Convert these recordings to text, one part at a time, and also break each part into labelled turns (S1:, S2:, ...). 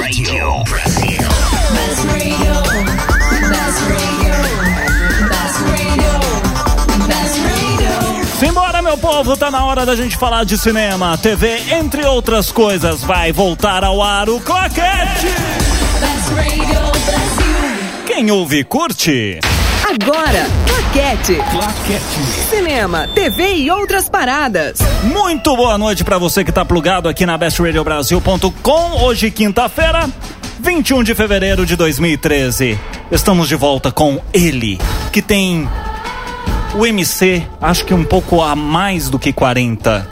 S1: Radio Brasil.
S2: Best radio. Best radio. Best radio. Best radio.
S3: Simbora, meu povo, tá na hora da gente falar de cinema, TV, entre outras coisas. Vai voltar ao ar o Claquete!
S2: Best radio. Brasil.
S3: Quem ouve, curte!
S4: Agora, Claquete.
S1: Claquete.
S4: Cinema, TV e outras paradas.
S3: Muito boa noite pra você que tá plugado aqui na bestradiobrasil.com. Hoje, quinta-feira, 21 de fevereiro de 2013. Estamos de volta com ele, que tem o MC, acho que um pouco a mais do que 40.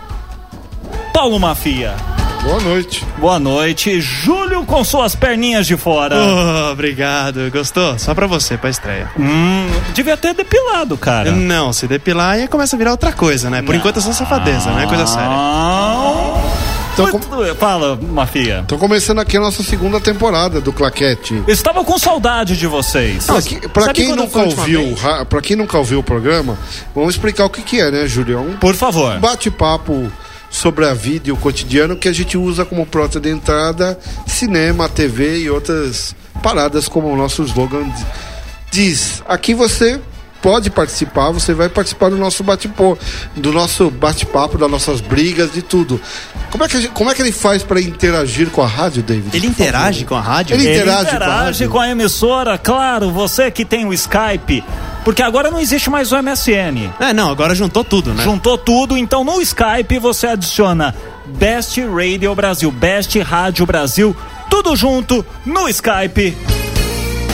S3: Paulo Mafia.
S5: Boa noite.
S3: Boa noite, Júlio com suas perninhas de fora.
S5: Oh, obrigado. Gostou? Só pra você, pra estreia.
S3: Hum,
S6: Ah.
S3: devia ter depilado, cara.
S6: Hum.
S5: Não, se depilar aí começa a virar outra coisa, né? Por enquanto é só safadeza, não é coisa séria.
S3: Não.
S6: Então,
S3: Mas tu- Fala, Mafia.
S6: Tô começando aqui a nossa segunda temporada do Claquete.
S3: Estava com saudade de vocês.
S6: Pra Ah, que- Pra
S5: sabe
S6: quem
S5: quando
S6: nunca
S5: foi a última
S6: ouviu,
S5: vez?
S6: ra- para quem nunca ouviu o programa, vamos explicar o que que é, né, Júlio? É um
S3: Por favor.
S6: bate-papo sobre a vida e o cotidiano que a gente usa como porta de entrada, cinema, TV e outras paradas como o nosso slogan d- diz. Aqui você pode participar, você vai participar do nosso bate-papo, do nosso bate-papo, das nossas brigas, de tudo. Como é que, a gente- como é que ele faz para interagir com a rádio, David?
S5: Ele interage com a rádio?
S6: Ele-
S3: Ele
S6: interage com a
S3: interage
S6: rádio.
S3: com a emissora, claro, você que tem o Skype, porque agora não existe mais o MSN.
S5: É, não, agora juntou tudo, né?
S3: Juntou tudo, então no Skype você adiciona Best Radio Brasil, Best Rádio Brasil, tudo junto no Skype.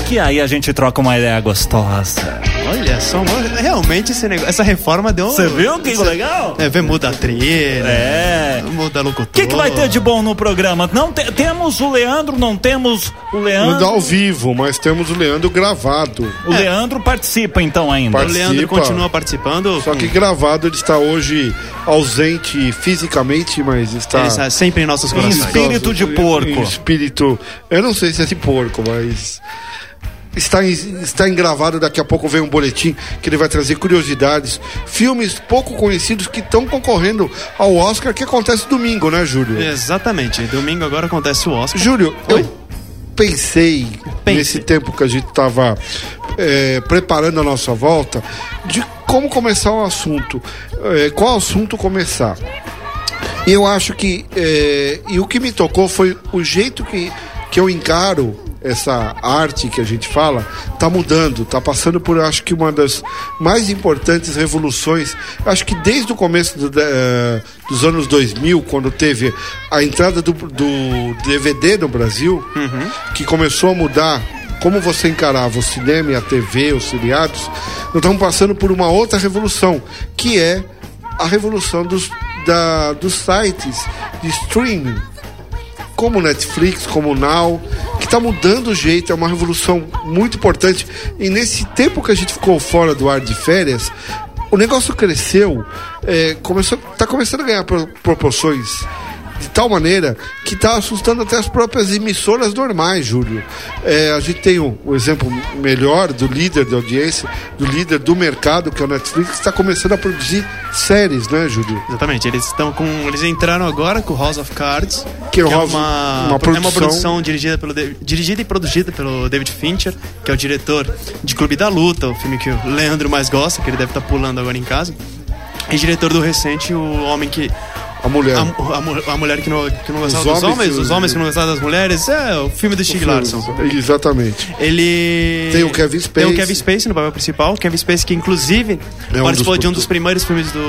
S3: Que aí a gente troca uma ideia gostosa.
S5: Olha só, mano, realmente esse negócio, essa reforma deu.
S3: Você viu que legal?
S5: É, vê, muda a trilha,
S3: É.
S5: muda a
S3: O
S5: locutora.
S3: que, que vai ter de bom no programa? Não te- temos o Leandro, não temos o
S6: Não dá
S3: Leandro.
S6: ao vivo, mas temos o Leandro gravado.
S3: O Leandro participa então ainda.
S5: O
S6: Participa.
S5: Leandro continua participando.
S6: Só
S3: Hum.
S6: que gravado, ele está hoje ausente fisicamente, mas está.
S5: Ele está sempre em nossos
S3: Em
S5: corações.
S3: espírito de
S6: Em
S3: porco.
S6: espírito. Eu não sei se é de porco, mas. Está, em, está engravado, daqui a pouco vem um boletim que ele vai trazer curiosidades, filmes pouco conhecidos que estão concorrendo ao Oscar que acontece domingo, né, Júlio?
S3: É,
S5: Exatamente. Domingo agora acontece o Oscar.
S6: Júlio,
S5: Oi?
S6: eu pensei
S5: Pense.
S6: nesse tempo que a gente estava preparando a nossa volta de como começar o assunto, eh, qual assunto começar. E eu acho que eh, e o que me tocou foi o jeito que, que eu encaro essa arte que a gente fala tá mudando, tá passando por acho que uma das mais importantes revoluções. Acho que desde o começo do- da- eh, dos anos 2000, quando teve a entrada do, do DVD no Brasil, que começou a mudar como você encarava o cinema e a TV, os seriados, nós estamos passando por uma outra revolução, que é a revolução dos, da- dos sites de streaming, como Netflix, como Now, que está mudando o jeito, é uma revolução muito importante. E nesse tempo que a gente ficou fora do ar de férias, o negócio cresceu, é, começou, tá começando a ganhar pro- proporções de tal maneira que está assustando até as próprias emissoras normais, Júlio. É, a gente tem o, o exemplo melhor do líder da audiência, do líder do mercado, que é o Netflix, que está começando a produzir séries, né, Júlio?
S5: Exatamente, eles estão com. Eles entraram agora com House of Cards,
S6: Que é
S5: é
S6: House-
S5: uma,
S6: uma
S5: é
S6: produção-
S5: uma produção dirigida, pelo, Da- dirigida e produzida pelo David Fincher, que é o diretor de Clube da Luta, o filme que o Leandro mais gosta, que ele deve estar pulando agora em casa. E diretor do recente, o homem que.
S6: A mulher.
S5: A, a mu- a mulher que não, que não gostava
S6: É. Os
S5: dos
S6: homens
S5: homens,
S6: que-
S5: os homens que não gostavam das mulheres, é o filme do Stig Larsson.
S6: Exatamente.
S5: Ele.
S6: Tem o Kevin
S5: Tem
S6: Spacey.
S5: o Kevin Spacey no papel principal. O Kevin Spacey que, inclusive,
S6: É um
S5: participou
S6: dos-
S5: de um dos primeiros filmes do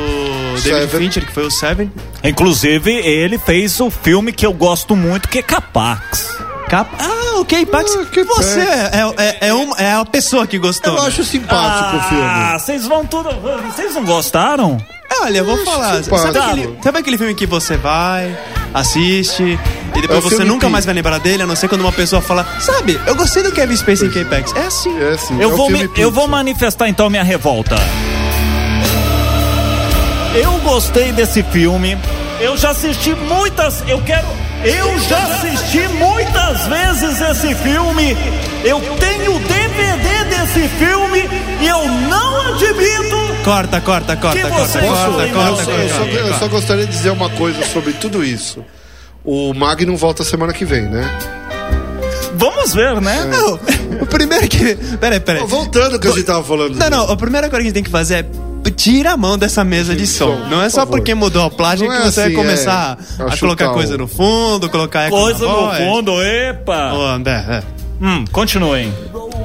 S5: David
S6: Seven.
S5: Fincher, que foi o Seven.
S3: Inclusive, ele fez o filme que eu gosto muito, que é Capax.
S5: Cap... Ah, ok, Pax.
S6: Ah, que
S5: você é, é, é, uma, é a pessoa que gostou.
S6: Eu
S5: né? Ah.
S6: acho simpático tipo, o filme.
S3: Ah, vocês vão tudo. Vocês não gostaram?
S5: É, Olha, eu vou falar. Sabe
S6: simpático.
S5: aquele, sabe aquele filme que você vai, assiste, e depois
S6: É o
S5: você
S6: filme
S5: nunca
S6: que-
S5: mais vai lembrar dele, a não ser quando uma pessoa fala, sabe, eu gostei do Kevin Spacey em K-Pax. É assim.
S6: É assim, é
S3: Eu,
S6: um
S3: vou,
S6: filme
S3: me- eu
S6: pizza.
S3: vou manifestar então minha revolta. Eu gostei desse filme. Eu já assisti muitas. Eu quero. Eu já assisti muitas vezes esse filme. Eu tenho o DVD desse filme e eu não admito.
S5: Corta, corta, corta,
S3: Que
S5: corta,
S3: você
S5: corta, corta,
S3: foi,
S5: corta,
S3: você
S6: Eu só,
S5: corta.
S6: eu só gostaria de dizer uma coisa sobre tudo isso. O Magnum volta semana que vem, né?
S3: Vamos ver, né?
S5: Não, o primeiro que. Peraí, peraí.
S6: Voltando ao que a gente tava falando.
S5: Não, não, a primeira coisa que a gente tem que fazer é. p- Tira a mão dessa mesa de som.
S6: som,
S5: Não é
S6: por
S5: só
S6: favor.
S5: porque mudou a plagem
S6: Não
S5: que
S6: é
S5: você
S6: assim,
S5: vai começar
S6: é,
S5: a colocar
S6: a chutar
S5: coisa
S6: o-
S5: no fundo, colocar eco
S3: Coisa
S5: na
S3: no
S5: voz.
S3: fundo, epa!
S5: Ô, André, é.
S3: Hum, continuem.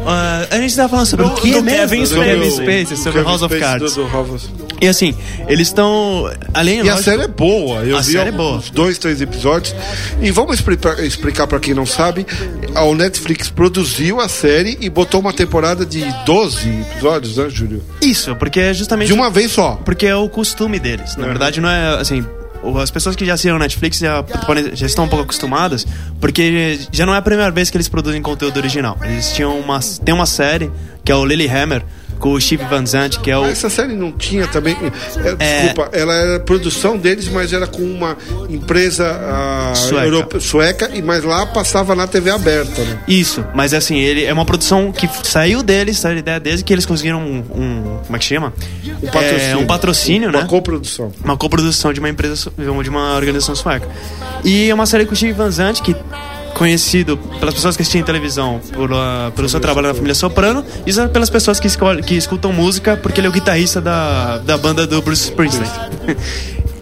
S5: Ah, a gente tava falando sobre
S3: Do-
S5: o que
S3: do
S5: mesmo?
S3: Kevin
S5: Sobre
S3: Spacey.
S5: o Spacey, é sobre o
S6: Kevin
S5: House of
S6: Spacey
S5: Cards.
S6: do- do House of-
S5: E assim, eles estão. Além
S6: E a
S5: lógico,
S6: série é boa. Eu
S5: A
S6: vi
S5: série é
S6: uns
S5: boa.
S6: dois, três episódios. E vamos explicar, explicar para quem não sabe: a- o Netflix produziu a série e botou uma temporada de 12 episódios, né, Júlio?
S5: Isso, porque é justamente.
S6: De uma vez só.
S5: Porque é o costume deles. Na
S6: É.
S5: verdade, não é assim. o- As pessoas que já assistiram Netflix já, podem- já estão um pouco acostumadas, porque já não é a primeira vez que eles produzem conteúdo original. Eles tinham uma, tem uma série, que é o Lilyhammer, com o Chip Van Zandt, que é o.
S6: Mas Ah, Essa série não tinha também. é,
S5: É.
S6: Desculpa, ela era produção deles, mas era com uma empresa ah,
S5: Sueca.
S6: europe- sueca, e mas lá passava na TV aberta, né?
S5: Isso, mas assim, ele é uma produção que saiu deles, saiu da ideia deles, que eles conseguiram um. um- como é que chama?
S6: Um patrocínio.
S5: É, um patrocínio,
S6: uma
S5: né?
S6: coprodução.
S5: uma coprodução de uma empresa su- de uma organização sueca. E é uma série com o Steve Van Zandt, que conhecido pelas pessoas que assistem televisão por, ah, pelo seu trabalho na família Soprano e sa- pelas pessoas que, escol- que escutam música porque ele é o guitarrista da, da banda do Bruce Springsteen.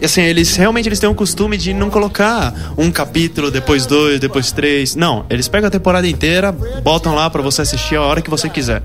S5: E assim, eles realmente eles têm um costume de não colocar um capítulo, depois dois, depois três. Não, eles pegam a temporada inteira, botam lá pra você assistir a hora que você quiser.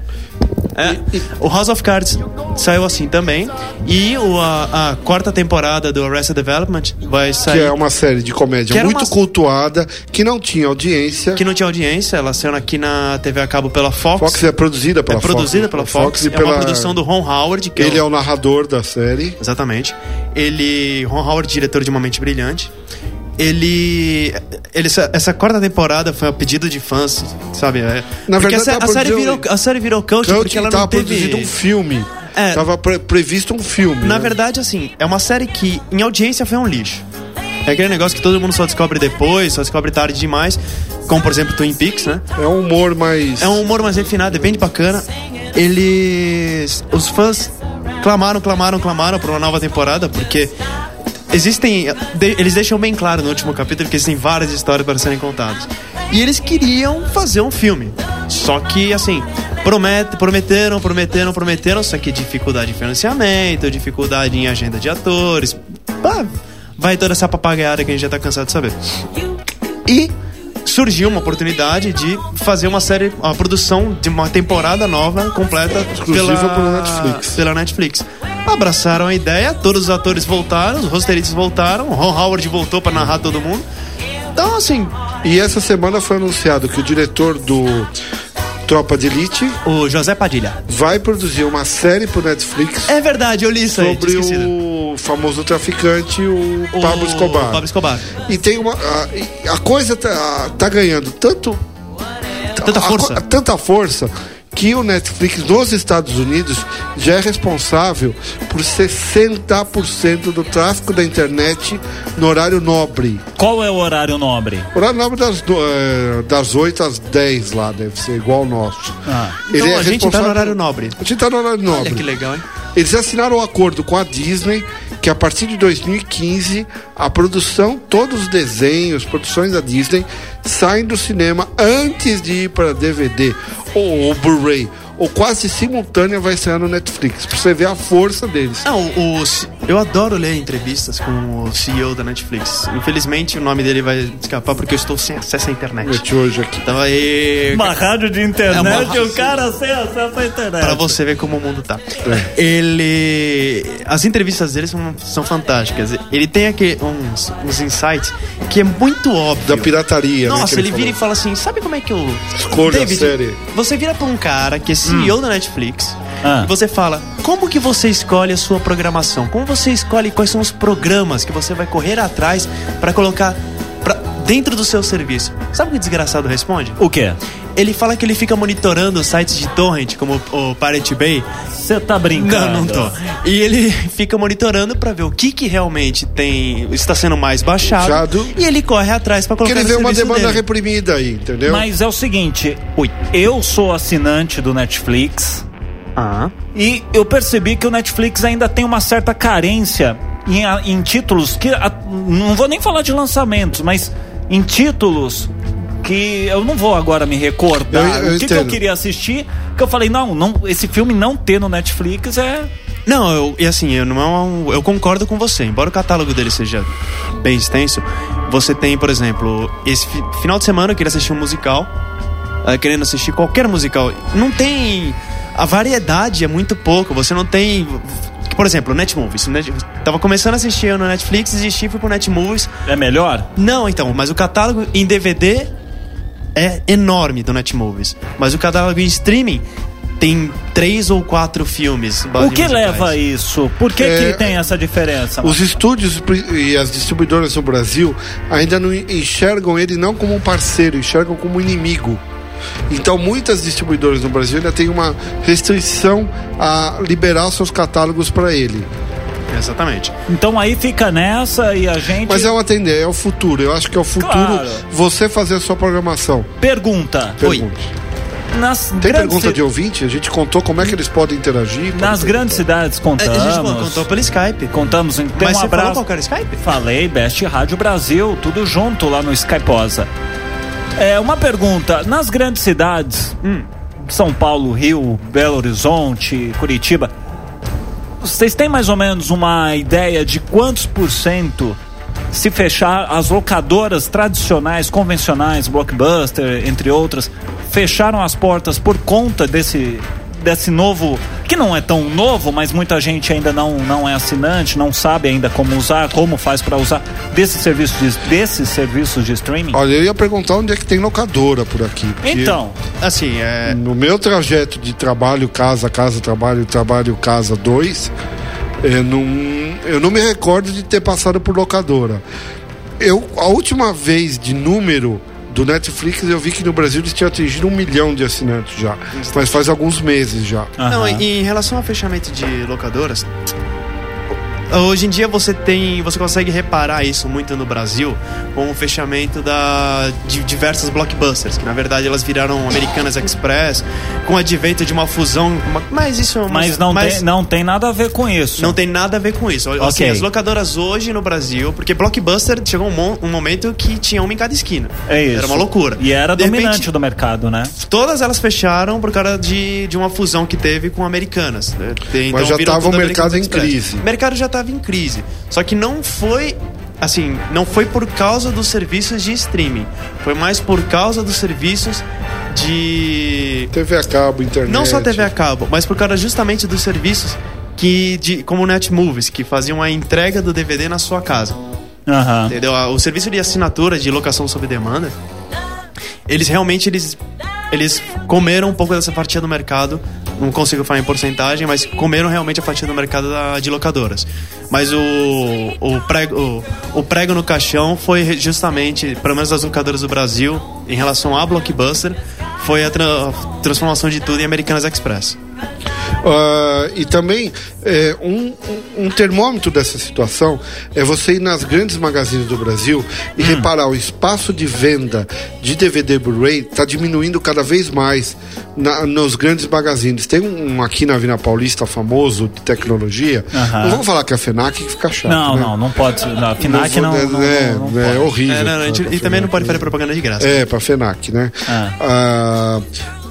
S5: É, o House of Cards saiu assim também. E o, a, a quarta temporada do Arrested Development vai
S6: Que
S5: sair.
S6: é uma série de comédia
S5: Tá Que era
S6: muito
S5: uma-
S6: cultuada, que não tinha audiência.
S5: Que não tinha audiência, ela saiu aqui na TV a cabo pela Fox.
S6: Fox é produzida pela né?
S5: É produzida pela Fox.
S6: e
S5: é uma produção do Ron Howard, que
S6: Ele
S5: é
S6: é um-
S5: o...
S6: o narrador da série.
S5: Exatamente. Ele. Ron Howard, diretor de Uma Mente Brilhante. Ele. ele essa, essa quarta temporada foi a pedido de fãs, sabe? É,
S6: Na
S5: porque
S6: verdade,
S5: a, sé-
S6: ela
S5: a série
S6: produziu-
S5: virou, a série virou cult, porque
S6: Coaching
S5: ela
S6: estava
S5: não
S6: produzindo
S5: teve.
S6: Então, um filme.
S5: É.
S6: Tava pre- previsto um filme.
S5: Na
S6: né?
S5: verdade, assim, é uma série que em audiência foi um lixo. É aquele negócio que todo mundo só descobre depois, só descobre tarde demais. Como, por exemplo, Twin Peaks, né?
S6: É um humor mais.
S5: É um humor mais refinado, é bem de bacana. Eles. Os fãs clamaram, clamaram, clamaram por uma nova temporada, porque. Existem. de- eles deixam bem claro no último capítulo que existem várias histórias para serem contadas. E eles queriam fazer um filme. Só que, assim, promet, prometeram, prometeram, prometeram, só que dificuldade em financiamento, dificuldade em agenda de atores. pá, vai toda essa papagaiada que a gente já tá cansado de saber. E surgiu uma oportunidade de fazer uma série, uma produção de uma temporada nova, completa,
S6: Exclusiva
S5: pela,
S6: pela Netflix.
S5: pela Netflix. Abraçaram a ideia, todos os atores voltaram, os roteiristas voltaram, Ron Howard voltou pra narrar todo mundo. Então, assim,
S6: E essa semana foi anunciado que o diretor do Tropa de Elite
S5: o José Padilha.
S6: vai produzir uma série pro Netflix
S5: É verdade, eu li isso aí, tinha
S6: sobre
S5: esquecido.
S6: o famoso traficante, o,
S5: O
S6: Pablo Escobar.
S5: Pablo Escobar.
S6: E tem uma. A, e a coisa tá, tá ganhando tanto.
S5: Tanta
S6: a-
S5: força.
S6: a- tanta força que o Netflix nos Estados Unidos já é responsável por 60% do tráfego da internet no horário nobre.
S3: Qual é o horário nobre?
S6: Horário nobre das, do- eh, das 8 às 10 lá, deve ser igual ao nosso. é
S3: Ah.
S5: Então a gente tá
S6: responsável-
S5: no horário nobre.
S6: A gente tá no horário nobre.
S5: Olha que legal, hein?
S6: Eles assinaram um acordo com a Disney que a partir de 2015 a produção, todos os desenhos, produções da Disney saem do cinema antes de ir para DVD ou, ou Blu-ray ou quase simultânea vai sair no Netflix. Pra você ver a força deles.
S5: Não, o, o C- eu adoro ler entrevistas com o CEO da Netflix. Infelizmente o nome dele vai escapar porque eu estou sem acesso à internet.
S6: Mete hoje aqui.
S5: Então aí.
S3: Uma rádio de internet,
S5: É uma-
S3: o cara sem acesso à internet.
S5: Pra você ver como o mundo tá. Ele. As entrevistas dele são, são fantásticas. Ele tem aqui uns, uns insights que é muito óbvio.
S6: Da pirataria, né,
S5: Nossa,
S6: que
S5: ele, vira e
S6: falou.
S5: fala assim: sabe como é que eu.
S6: Escolha a série.
S5: Você vira pra um cara que é CEO da Netflix
S3: Ah.
S5: e você fala: como que você escolhe a sua programação? Como você escolhe quais são os programas que você vai correr atrás pra colocar pra- dentro do seu serviço? Sabe o que o desgraçado responde?
S3: O quê?
S5: Ele fala que ele fica monitorando os sites de torrent, como o o Pirate Bay.
S3: Você tá brincando?
S5: Não, não tô. E ele fica monitorando pra ver o que que realmente tem está sendo mais baixado.
S6: Baixado.
S5: E ele corre atrás pra
S6: Porque
S5: colocar
S6: ele
S5: no
S6: vê uma
S5: serviço
S6: demanda
S5: dele.
S6: reprimida aí, entendeu?
S3: Mas é o seguinte,
S5: Oi.
S3: eu sou assinante do Netflix
S5: Ah.
S3: e eu percebi que o Netflix ainda tem uma certa carência em, a- em títulos que a- não vou nem falar de lançamentos, mas em títulos que eu não vou agora me recordar
S6: Eu- eu
S3: o que, que eu
S6: entendo.
S3: queria assistir, que eu falei, não, não, esse filme não ter no Netflix é.
S5: Não, eu, e assim, eu não é um- eu concordo com você. Embora o catálogo dele seja bem extenso, você tem, por exemplo, esse fi- final de semana eu queria assistir um musical, ah, querendo assistir qualquer musical. Não tem a variedade é muito pouco. Você não tem, por exemplo, Netmovies. Net, tava começando a assistir eu no Netflix, desisti, fui pro Netmovies.
S3: É melhor?
S5: Não, então, mas o catálogo em DVD é enorme do Netmovies. Mas o catálogo em streaming tem três ou quatro filmes.
S3: O que leva a isso? Por que,
S6: É,
S3: que tem essa diferença?
S6: Os estúdios pri- e as distribuidoras no Brasil ainda não enxergam ele não como um parceiro, enxergam como um inimigo. Então, muitas distribuidoras no Brasil ainda têm uma restrição a liberar seus catálogos para ele.
S5: Exatamente.
S3: Então aí fica nessa e a gente
S6: Mas é uma tendência, é o futuro. Eu acho que é o futuro
S3: Claro.
S6: você fazer a sua programação.
S3: pergunta.
S5: Oi.
S6: Pergunta.
S3: Nas
S6: Tem
S3: grandes
S6: pergunta
S3: ci-
S6: de ouvinte? A gente contou como é que eles podem interagir.
S3: Nas
S6: podem
S3: grandes cidades
S5: É,
S3: contamos.
S5: A gente falou, contou pelo Skype.
S3: Contamos, então
S5: Mas
S3: um
S5: você
S3: abraço.
S5: falou qual que era o Skype?
S3: Falei, Best Rádio Brasil, tudo junto lá no Skyposa. É, uma pergunta, nas grandes cidades,
S6: Hum.
S3: São Paulo, Rio, Belo Horizonte, Curitiba, vocês têm mais ou menos uma ideia de quantos por cento se fechar as locadoras tradicionais, convencionais, Blockbuster, entre outras, fecharam as portas por conta desse desse novo, que não é tão novo, mas muita gente ainda não, não é assinante, não sabe ainda como usar, como faz para usar desse serviço de, desses serviços de streaming.
S6: Olha, eu ia perguntar onde é que tem locadora por aqui. porque
S3: Então,
S5: Assim, é.
S6: No meu trajeto de trabalho, casa, casa, trabalho, trabalho, casa, dois, eu não, eu não me recordo de ter passado por locadora. Eu, a última vez de número do Netflix, eu vi que no Brasil eles tinham atingido um milhão de assinantes já. Mas faz alguns meses já.
S5: Não,
S3: aham.
S5: e- em relação ao fechamento de locadoras, hoje em dia você tem. Você consegue reparar isso muito no Brasil com o fechamento da, de diversas blockbusters, que na verdade elas viraram Americanas Express, com o advento de uma fusão. uma- mas isso é uma.
S3: mas não,
S5: mas
S3: tem, não tem nada a ver com isso.
S5: Não tem nada a ver com isso. Assim,
S3: Ok.
S5: as locadoras hoje no Brasil, porque Blockbuster chegou um, mo- um momento que tinha uma em cada esquina.
S3: É isso.
S5: Era uma loucura.
S3: E era
S5: De repente,
S3: dominante do mercado, né?
S5: Todas elas fecharam por causa de, de uma fusão que teve com Americanas. né? Tem-
S6: Mas já
S5: virou
S6: tava
S5: tudo
S6: o mercado
S5: Americanas
S6: em
S5: Express.
S6: crise.
S5: O mercado já estava em crise. Só que não foi assim, não foi por causa dos serviços de streaming. Foi mais por causa dos serviços de
S6: TV a cabo, internet.
S5: não só TV a cabo, mas por causa justamente dos serviços que de como o Netmovies, que faziam a entrega do DVD na sua casa.
S3: Aham.
S5: Entendeu? Ah, O serviço de assinatura de locação sob demanda, eles realmente eles eles comeram um pouco dessa fatia do mercado. Não consigo falar em porcentagem, mas comeram realmente a fatia do mercado da- de locadoras. Mas o, o, prego, o, o prego no caixão foi justamente, pelo menos das locadoras do Brasil, em relação à Blockbuster, foi a tra- transformação de tudo em Americanas Express.
S6: Ah, e também é, um, um- um termômetro dessa situação é você ir nas grandes magazines do Brasil e
S3: Hum.
S6: reparar o espaço de venda de DVD Blu-ray está diminuindo cada vez mais na- nos grandes magazines. Tem um, um aqui na Vina Paulista famoso de tecnologia.
S3: Aham.
S6: Não vamos falar que é a FENAC que fica chato.
S3: Não,
S6: né?
S3: não, não pode. ser. A FINAC não.
S6: vou-
S3: não,
S6: é,
S3: não- não
S6: é
S3: pode.
S6: horrível.
S5: É, não, não, a gente-
S6: Tá,
S5: e também não
S6: FENAC,
S5: pode
S6: né?
S5: fazer propaganda de graça.
S6: É, pra FENAC, né?
S3: Ah.
S6: Ah,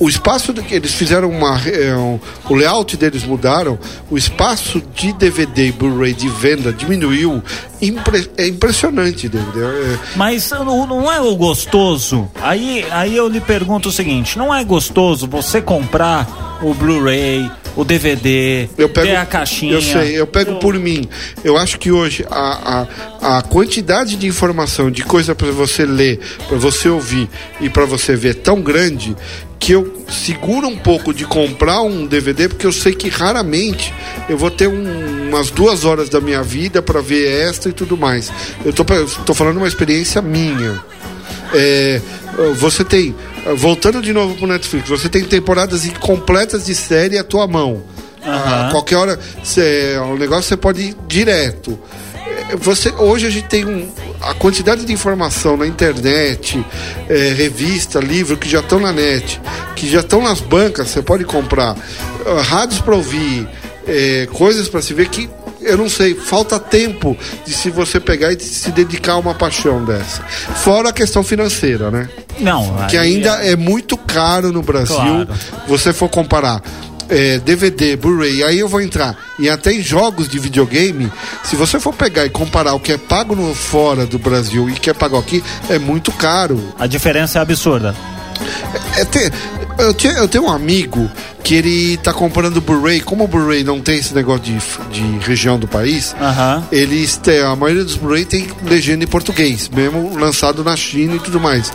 S6: o espaço do que eles fizeram uma. é, um- o layout deles mudaram, o espaço de DVD e Blu-ray de venda diminuiu. Impre- é impressionante, entendeu? É,
S3: Mas não, não é o gostoso. Aí, aí eu lhe pergunto o seguinte: não é gostoso você comprar o Blu-ray, o DVD,
S6: eu pego,
S3: ter a caixinha?
S6: Eu sei, eu pego por mim. Eu acho que hoje a, a, a quantidade de informação, de coisa pra você ler, pra você ouvir e pra você ver é tão grande que eu seguro um pouco de comprar um DVD porque eu sei que raramente eu vou ter um- umas duas horas da minha vida pra ver esta e tudo mais. Eu tô, pe- tô falando uma experiência minha. É, você tem, voltando de novo pro Netflix, você tem temporadas completas de série à tua mão.
S3: Aham.
S6: A qualquer hora, cê, o negócio você pode ir direto. É, Você, hoje a gente tem um, a quantidade de informação na internet, é, revista, livro que já estão na net, que já estão nas bancas, você pode comprar, ah, rádios para ouvir, é, coisas para se ver que eu não sei, falta tempo de se você pegar e se dedicar a uma paixão dessa. Fora a questão financeira, né?
S3: Não,
S6: que
S3: aí-
S6: ainda é muito caro no Brasil.
S3: Claro.
S6: Você for comparar é, DVD, Blu-ray, aí eu vou entrar e até em jogos de videogame, se você for pegar e comparar o que é pago no, fora do Brasil e o que é pago aqui, é muito caro.
S3: A diferença é absurda.
S6: É ter- eu, tinha- eu tenho um amigo que ele tá comprando Blu-ray. Como o Blu-ray não tem esse negócio de, f- de região do país,
S3: Aham.
S6: eles têm, a maioria dos Blu-ray tem legenda em português, mesmo lançado na China e tudo mais.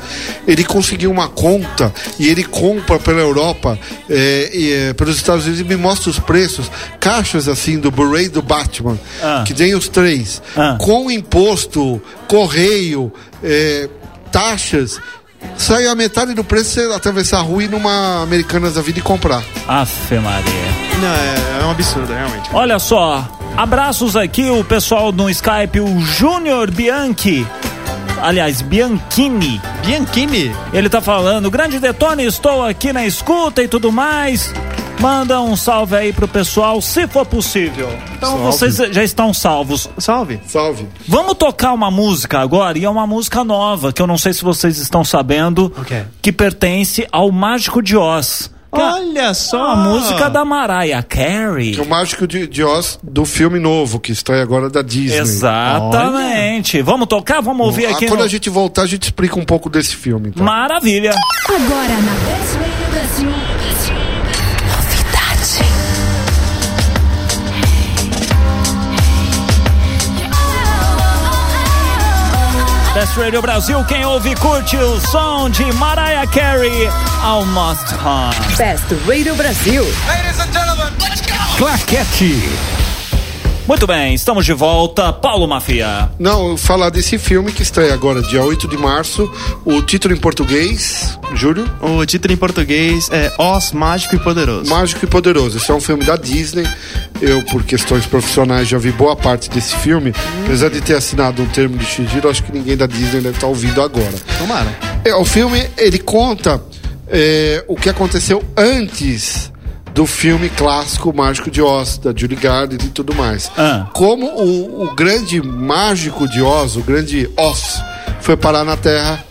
S6: Ele conseguiu uma conta e ele compra pela Europa, é, e, é, pelos Estados Unidos, e me mostra os preços. Caixas assim do Blu-ray do Batman,
S3: Ah.
S6: que tem os três,
S3: Ah.
S6: com imposto, correio, é, taxas. Saiu a metade do preço você atravessar a rua e ir numa Americanas da Vida e comprar.
S3: Afe Maria.
S5: Não, é, é um absurdo, realmente.
S3: Olha só, abraços aqui o pessoal no Skype, o Júnior Bianchi. Aliás, Bianchini,
S5: Bianchini?
S3: ele tá falando, grande Detone, estou aqui na escuta e tudo mais. Manda um salve aí pro pessoal, se for possível. Então vocês já estão salvos.
S5: Salve.
S6: Salve.
S3: Vamos tocar uma música agora, e é uma música nova, que eu não sei se vocês estão sabendo,
S5: Ok.
S3: que pertence ao Mágico de Oz. Que é
S5: Olha só.
S3: a música da Mariah Carey.
S6: O Mágico de, de Oz do filme novo, que está agora da Disney.
S3: Exatamente. Vamos tocar? Vamos ouvir
S6: Ah,
S3: aqui.
S6: quando
S3: no-
S6: a gente voltar, a gente explica um pouco desse filme. Então.
S3: Maravilha.
S2: Agora na Best Radio Brasil. Novidade.
S3: Best Radio Brasil, quem ouve curte o som de Mariah Carey, Almost Home.
S4: Best Radio Brasil.
S3: Claquete. Muito bem, estamos de volta. Paulo Mafia.
S6: Não, eu falar desse filme que estreia agora, dia 8 de março. O título em português, Júlio?
S5: O título em português é Os Mágico e Poderoso.
S6: Mágico e Poderoso. Esse é um filme da Disney. Eu, por questões profissionais, já vi boa parte desse filme. Apesar de ter assinado um termo de sigilo, acho que ninguém da Disney deve estar ouvindo agora.
S5: Tomara.
S6: É, o filme, ele conta é, o que aconteceu antes do filme clássico Mágico de Oz, da Julie Garner e tudo mais.
S3: Ah.
S6: Como o, o grande mágico de Oz, o grande Oz, foi parar na Terra,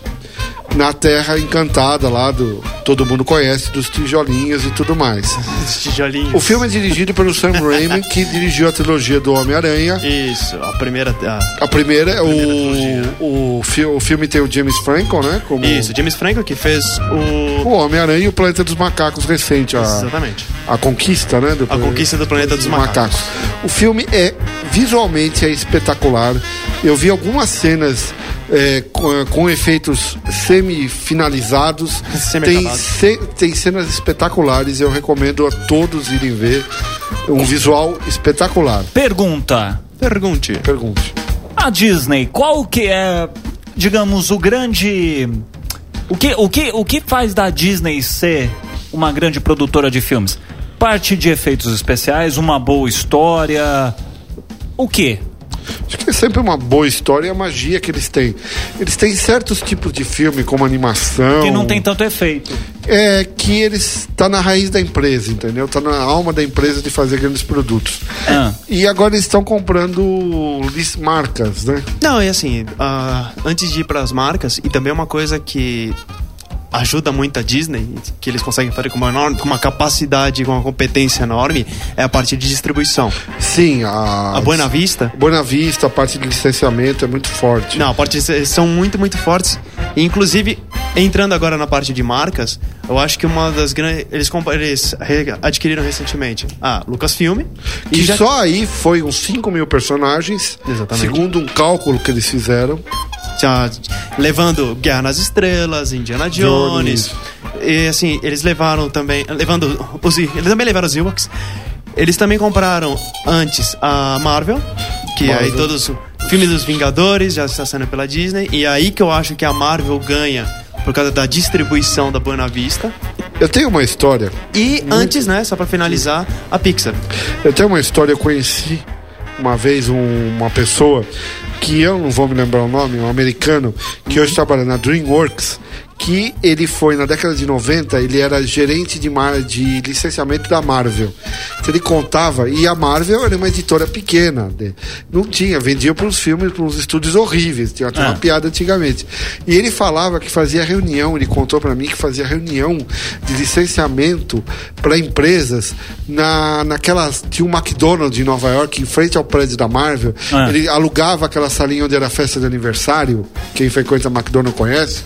S6: na Terra encantada lá do... Todo mundo conhece, dos tijolinhos e tudo mais.
S5: Os tijolinhos.
S6: O filme é dirigido pelo Sam Raimi, que dirigiu a trilogia do Homem-Aranha.
S5: Isso, a primeira. a-
S6: A primeira, é o, o, fi- o filme tem o James Franco, né? Como
S5: Isso, James Franco que fez
S6: O
S5: o.
S6: Homem-Aranha e o Planeta dos Macacos recente,
S5: Ah.
S6: a,
S5: Exatamente.
S6: a conquista, né? do-
S5: A conquista do planeta dos macacos.
S6: O filme é visualmente é espetacular. Eu vi algumas cenas é, com, com efeitos semi-finalizados. Tem,
S5: Semi-acabados.
S6: ce- tem cenas espetaculares. Eu recomendo a todos irem ver. Um visual espetacular.
S3: Pergunta.
S5: Pergunte.
S6: Pergunte.
S3: A Disney, qual que é, digamos, o grande. O que, o que, o que faz da Disney ser uma grande produtora de filmes? Parte de efeitos especiais, uma boa história. O quê?
S6: Acho que é sempre uma boa história e a magia que eles têm. Eles têm certos tipos de filme, como animação.
S3: Que não tem tanto efeito.
S6: é que eles tá na raiz da empresa, entendeu? Tá na alma da empresa de fazer grandes produtos.
S3: Ah.
S6: E agora eles estão comprando lis- marcas, né?
S5: Não, e assim, ah, antes de ir para as marcas, e também é uma coisa que ajuda muito a Disney, que eles conseguem fazer com uma, enorme, com uma capacidade, com uma competência enorme, é a parte de distribuição.
S6: Sim, a
S5: A Buena Vista.
S6: Buena Vista, a parte de licenciamento é muito forte.
S5: Não, a parte de- são muito, muito fortes. E, Inclusive, entrando agora na parte de marcas, eu acho que uma das grandes. Eles, compa- eles re- adquiriram recentemente a Lucasfilm.
S6: Que
S5: e já-
S6: só aí foi uns 5 mil personagens,
S5: Exatamente.
S6: segundo um cálculo que eles fizeram.
S5: já levando Guerra nas Estrelas, Indiana Jones. E assim, eles levaram também. Levando. Os, eles também levaram os Ewoks. Eles também compraram antes a Marvel, que aí
S6: Marvel.
S5: todos. O filme dos Vingadores já está sendo pela Disney. E aí que eu acho que a Marvel ganha por causa da distribuição da Buena Vista.
S6: Eu tenho uma história
S5: E antes, né, só pra finalizar, a Pixar.
S6: Eu tenho uma história, eu conheci uma vez um- uma pessoa que eu não vou me lembrar o nome, um americano, que hoje trabalha na DreamWorks, que ele foi na década de 90, ele era gerente de, mar, de licenciamento da Marvel. Então ele contava, e a Marvel era uma editora pequena, de- não tinha, vendia para os filmes, para uns estúdios horríveis, tinha até
S3: Ah.
S6: uma piada antigamente. E ele falava que fazia reunião, ele contou para mim que fazia reunião de licenciamento para empresas na, naquelas. Tinha um McDonald's em Nova York, em frente ao prédio da Marvel.
S3: Ah.
S6: Ele alugava aquela salinha onde era a festa de aniversário, quem frequenta McDonald's conhece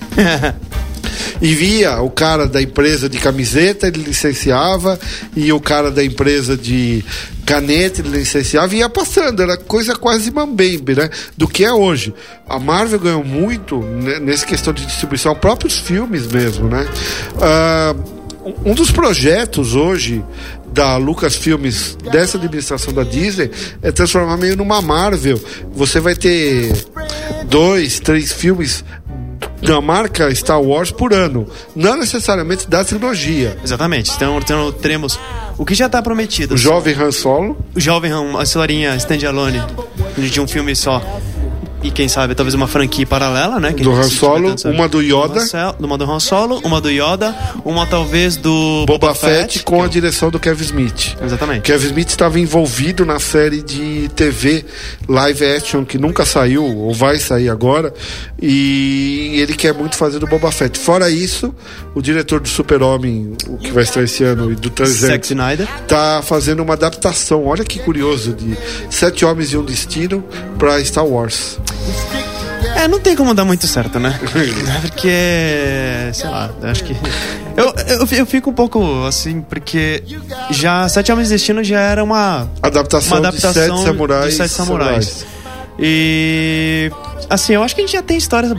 S6: e via o cara da empresa de camiseta, ele licenciava, e o cara da empresa de caneta, ele licenciava, e ia passando, era coisa quase mambembe, né? Do que é hoje. A Marvel ganhou muito né, nessa questão de distribuição, próprios filmes mesmo, né? Ah, um- um dos projetos hoje da Lucas Filmes, dessa administração da Disney, é transformar meio numa Marvel. Você vai ter dois, três filmes da marca Star Wars por ano. Não necessariamente da trilogia.
S5: Exatamente. Então, então teremos o que já tá prometido.
S6: O jovem Han Solo.
S5: o jovem, uma historinha standalone de um filme só. E quem sabe, talvez uma franquia paralela, né? que
S6: Do
S5: a gente
S6: Han
S5: se
S6: Solo,
S5: tiver, sabe?
S6: uma do Yoda.
S5: Han Solo- Uma do Han Solo, uma do Yoda, uma talvez do
S6: Boba, Fett, é com a direção do Kevin Smith.
S5: Exatamente.
S6: Kevin Smith estava envolvido na série de TV live action que nunca saiu ou vai sair agora e ele quer muito fazer do Boba Fett. Fora isso, o diretor do Super-Homem, o que vai estar esse ano e do
S5: Zack
S6: 300,
S5: Snyder.
S6: tá fazendo uma adaptação. Olha que curioso de Sete Homens e um Destino para Star Wars.
S5: É, não tem como dar muito certo, né? porque. Sei lá, eu acho que. Eu, eu, eu fico um pouco assim, porque já Sete Homens de Destino já era uma
S6: Adaptação,
S5: uma adaptação
S6: de Sete Samurais.
S5: de Sete Samurais. E assim, eu acho que a gente já tem histórias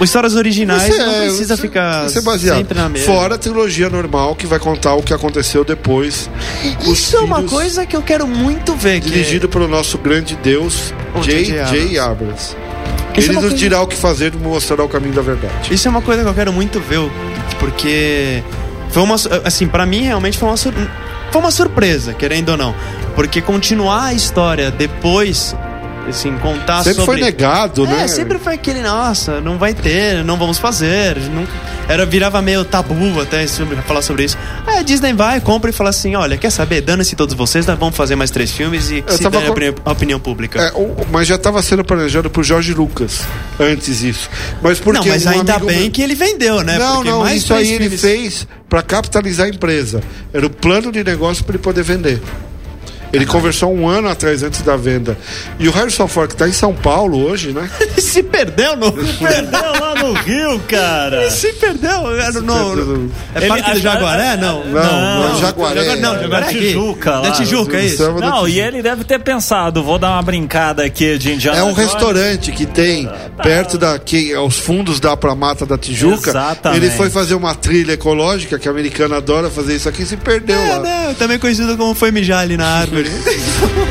S5: histórias originais,
S6: Isso
S5: não
S6: é,
S5: precisa
S6: isso-
S5: ficar
S6: isso é baseado.
S5: sempre na mesma.
S6: Fora a trilogia normal que vai contar o que aconteceu depois. Os
S5: Isso é uma
S6: filhos
S5: coisa que eu quero muito ver, que
S6: Dirigido pelo nosso grande Deus,
S5: O J.J.
S6: J.J. Abrams.
S5: Isso é
S6: Ele
S5: uma
S6: nos
S5: coisa-
S6: dirá o que fazer e mostrará o caminho da verdade.
S5: Isso é uma coisa que eu quero muito ver, porque foi uma su- assim, pra mim realmente foi uma sur- foi uma surpresa, querendo ou não, porque continuar a história depois assim, contar
S6: Sempre
S5: sobre
S6: foi negado,
S5: É,
S6: né?
S5: sempre foi aquele, nossa, não vai ter, não vamos fazer. Nunca... Era, virava meio tabu até sobre- falar sobre isso. Aí a Disney vai, compra e fala assim: olha, quer saber? Dando-se todos vocês, nós vamos fazer mais três filmes e que
S6: Eu
S5: se
S6: tava
S5: dane a
S6: com-
S5: opini- a opinião pública.
S6: É, o- mas já estava sendo planejado por Jorge Lucas antes isso. Mas porque
S5: não, mas
S6: um
S5: ainda
S6: amigo
S5: bem
S6: meu-
S5: que ele vendeu, né?
S6: Não,
S5: Porque
S6: não,
S5: mais
S6: isso aí
S5: três
S6: ele
S5: filmes-
S6: fez para capitalizar a empresa. Era o plano de negócio para ele poder vender.
S5: Ah.
S6: Ele conversou um ano atrás antes da venda. E o Harrison Ford, que está em São Paulo hoje, né?
S5: Ele se perdeu no.
S3: Perdeu lá no Rio, cara.
S5: se perdeu. era no-
S6: perdeu
S5: no-
S6: no-
S5: É Parque
S3: Ele-
S5: do Jaguaré? Não.
S6: Não, não, Jaguaré.
S5: Jaguaré- Não, Jaguaré é
S3: Da
S5: aqui.
S3: Tijuca, lá.
S5: Da Tijuca, é isso.
S6: Samba da
S3: Não,
S6: Tijuca.
S3: e ele deve ter pensado, vou dar uma brincada aqui de Indiana
S6: É um
S3: Jones.
S6: restaurante que tem
S5: Ah, tá.
S6: perto da que aos fundos dá pra Mata da Tijuca.
S3: Exatamente.
S6: Ele foi fazer uma trilha ecológica que a americana adora fazer isso aqui e se perdeu
S5: É,
S6: lá.
S5: né, também conhecido como foi mijar ali na árvore.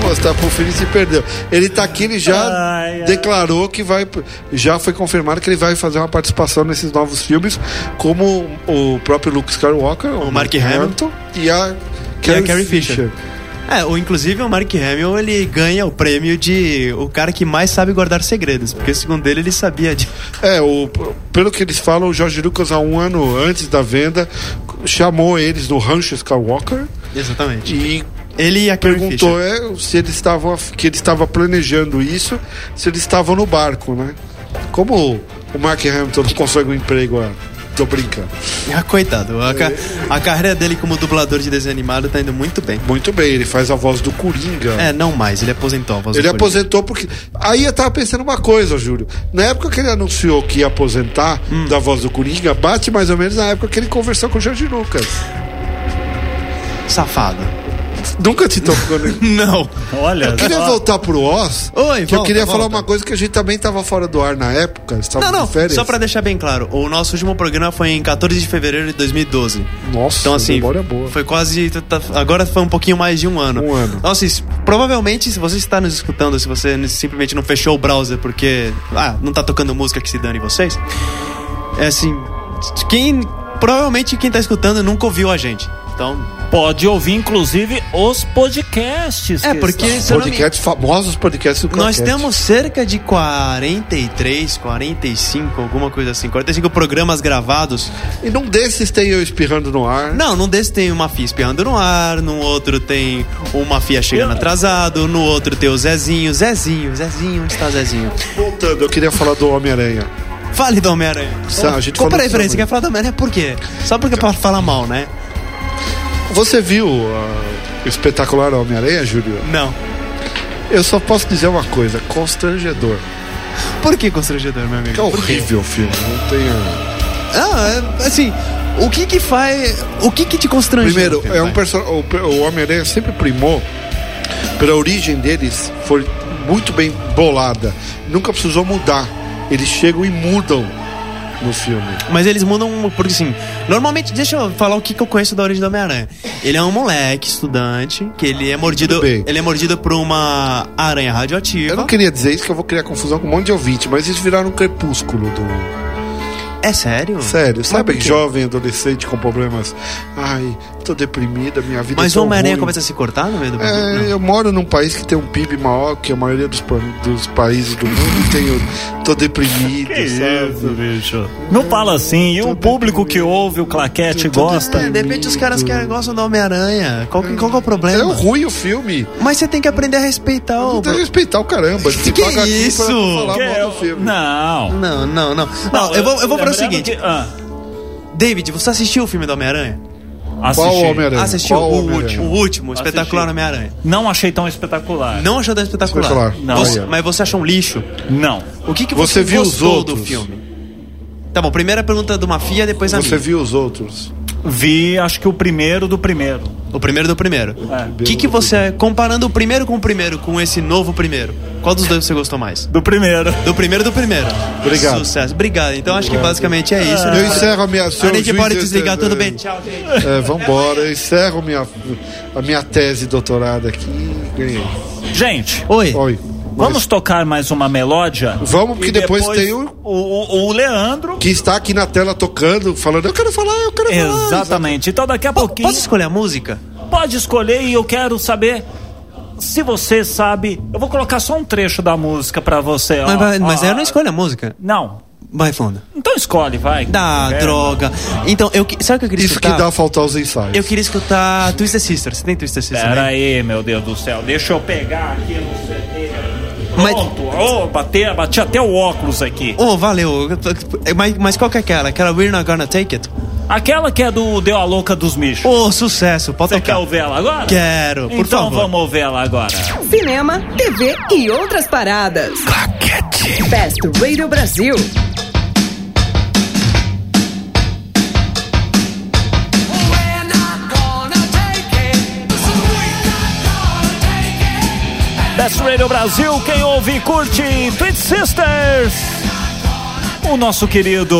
S6: Mostrar pro tá filho e se perdeu. Ele tá aqui, ele já
S3: Ai, ai.
S6: declarou que vai já foi confirmado que ele vai fazer uma participação nesses novos filmes como o próprio Luke Skywalker, o,
S5: Mark Hamill.
S6: e a
S5: Que é
S6: Carrie
S5: a Carrie Fisher. É, ou inclusive o Mark Hamill, ele ganha o prêmio de o cara que mais sabe guardar segredos, porque segundo ele, ele sabia de...
S6: É, o, pelo que eles falam, o Jorge Lucas, há um ano antes da venda, chamou eles do Rancho Skywalker
S5: Exatamente.
S6: e
S5: Ele e a Carrie
S6: perguntou é, se eles estavam af- que ele estava planejando isso, se eles estavam no barco, né? Como o- o Mark Hamilton não consegue um emprego, ah, tô brincando.
S5: Fisher. Ah, coitado, a, ca- a carreira dele como dublador de desenho animado tá indo muito bem.
S6: Muito bem, ele faz a voz do Coringa.
S5: É, não mais, ele aposentou a voz
S6: Ele
S5: do Coringa.
S6: aposentou porque. Aí eu tava pensando uma coisa, Júlio. Na época que ele anunciou que ia aposentar
S5: Hum.
S6: da voz do Coringa, bate mais ou menos na época que ele conversou com o Jorge Lucas.
S5: Safado.
S6: Nunca te tocou, né?
S5: Não.
S3: Olha,
S6: Eu queria
S3: só.
S6: voltar pro Oz.
S5: Oi,
S6: que eu
S5: volta,
S6: queria
S5: volta.
S6: falar uma coisa que a gente também tava fora do ar na época. Estava
S5: Não, não,
S6: de férias.
S5: só pra deixar bem claro, o nosso último programa foi em 14 de fevereiro de 2012.
S6: Nossa,
S5: Então assim,
S6: memória é boa.
S5: foi quase, tá- tá- agora foi um pouquinho mais de um ano.
S6: Um ano.
S5: Nossa, isso- provavelmente se você está nos escutando, se você n- simplesmente não fechou o browser porque, ah, não tá tocando música que se dane vocês, é assim, quem, provavelmente quem tá escutando nunca ouviu a gente. Então,
S3: Pode ouvir, inclusive, os podcasts.
S5: É,
S3: que
S5: porque
S3: estão-
S5: se eu não me-
S6: Podcasts, famosos podcasts do
S5: Nós
S6: Claquete.
S5: temos cerca de 43, 45, alguma coisa assim, 45 programas gravados.
S6: E num desses tem eu espirrando no ar.
S5: Não, num desses tem uma FIA espiando no ar, num outro tem uma FIA chegando atrasado, no outro tem o Zezinho, Zezinho, Zezinho, onde está o Zezinho?
S6: Voltando, eu queria falar do Homem-Aranha.
S5: Fale do Homem-Aranha.
S6: Sa- a gente
S5: Qual-
S6: falou
S5: Peraí, peraí,
S6: sobre-
S5: você quer falar do Homem-Aranha por quê? Só porque é pra falar mal, né?
S6: Você viu ah, o espetacular Homem-Aranha, Júlio?
S5: Não.
S6: Eu só posso dizer uma coisa, constrangedor.
S5: Por que constrangedor, meu amigo?
S6: Que horrível o filme, não tenha...
S5: Ah, é, assim, o que que faz... O que que te constrange?
S6: Primeiro, é um
S5: Vai.
S6: perso... o, per- o Homem-Aranha sempre primou pela origem deles, foi muito bem bolada. Nunca precisou mudar. Eles chegam e mudam no filme.
S5: Mas eles mudam, porque assim, normalmente, deixa eu falar o que, que eu conheço da origem do Homem-Aranha. Ele é um moleque, estudante, que ele é mordido.
S6: Tudo bem.
S5: Ele é mordido por uma aranha radioativa.
S6: Eu não queria dizer isso, que eu vou criar confusão com um monte de ouvinte, mas eles viraram um crepúsculo do...
S5: É sério?
S6: Sério, sabe
S5: por quê?
S6: jovem adolescente com problemas? Ai, tô deprimida, minha vida é
S5: Mas o
S6: tão
S5: Homem-Aranha
S6: ruim.
S5: começa a se cortar no meio do
S6: É,
S5: não.
S6: eu moro num país que tem um PIB maior que a maioria dos, pa- dos países do mundo. Tenho, tô deprimido,
S3: Que
S6: sabe?
S3: isso, bicho. Não fala assim. E o público que ouve o claquete
S6: Tudo
S3: gosta.
S5: É, de repente os caras que gostam do Homem-Aranha. Qual, que- qual que é o
S6: É
S5: problema?
S6: ruim o filme.
S5: Mas você tem que aprender a respeitar o.
S6: Tem que respeitar o caramba. Você
S5: Que
S6: paga aqui
S5: isso? é
S6: pra falar
S3: Que
S6: mal
S3: eu-
S6: do filme.
S3: Não.
S5: Não, não, não. Não, eu vou, eu vou para o
S3: lembrando
S5: seguinte.
S3: que- ah,
S5: David, você assistiu o filme do Homem-Aranha?
S6: Qual
S3: assisti.
S6: Homem-Aranha?
S5: Assistiu
S6: Qual
S5: o
S6: Homem-Aranha?
S5: último, o último,
S3: Assisti.
S5: espetacular Homem-Aranha.
S3: Não achei tão espetacular.
S5: Não achou tão espetacular?
S6: Espetacular.
S3: Não.
S5: Você- mas você achou um lixo?
S3: Não.
S5: O que, que
S6: Você
S5: você,
S6: viu os
S5: gostou do
S6: outros?
S5: filme? Tá bom, primeira pergunta do Mafia, depois a
S6: Você
S5: minha.
S6: viu os outros?
S3: Vi, acho que o primeiro do primeiro.
S5: O primeiro do primeiro. O que, que você. Comparando o primeiro com o primeiro, com esse novo primeiro, qual dos dois você gostou mais?
S3: Do primeiro.
S5: Do primeiro do primeiro.
S6: Obrigado.
S5: Sucesso. Obrigado. Então acho que basicamente é isso.
S6: Eu encerro a minha...
S5: A gente pode desligar, tudo bem. Tchau, gente.
S6: É, vambora. Eu encerro minha, a minha tese doutorada aqui. Ganhei.
S3: Gente,
S5: Oi.
S6: Oi.
S3: vamos tocar mais uma melódia?
S6: Vamos, porque
S3: E
S6: depois tem o-
S3: o, o Leandro.
S6: que está aqui na tela tocando, falando, eu quero falar, eu quero falar.
S3: Exatamente. Então daqui a pouquinho
S5: Posso escolher a música?
S3: pode escolher e eu quero saber se você sabe. Eu vou colocar só um trecho da música pra você. ó.
S5: Mas, mas, mas
S3: Ó.
S5: eu não escolho a música.
S3: Não.
S5: Vai fundo.
S3: Então escolhe, vai.
S5: Da
S3: É.
S5: droga. Então, eu, que- sabe o que eu queria
S6: Isso que
S5: escutar?
S6: dá faltar os ensaios.
S5: Tá. Eu queria escutar Twister Sister. Você tem Twister Sister?
S3: Pera
S5: né?
S3: aí, meu Deus do céu. Deixa eu pegar aqui no CD.
S5: Mas-
S3: Pronto. Ô, bate- bati até o óculos aqui.
S5: Oh, valeu. Mas, mas qual que é aquela? Aquela We're Not Gonna Take It?
S3: Aquela que é do Deu a Louca dos Michos.
S5: Oh, sucesso. Pode
S3: Você quer
S5: tocar.
S3: ouvir ela agora?
S5: Quero, por
S3: então
S5: favor.
S3: vamos ouvir ela agora.
S4: Cinema, TV e outras paradas.
S1: Claquete.
S4: Best Radio Brasil.
S3: Best Radio Brasil, quem ouve e curte Twin Sisters. O nosso querido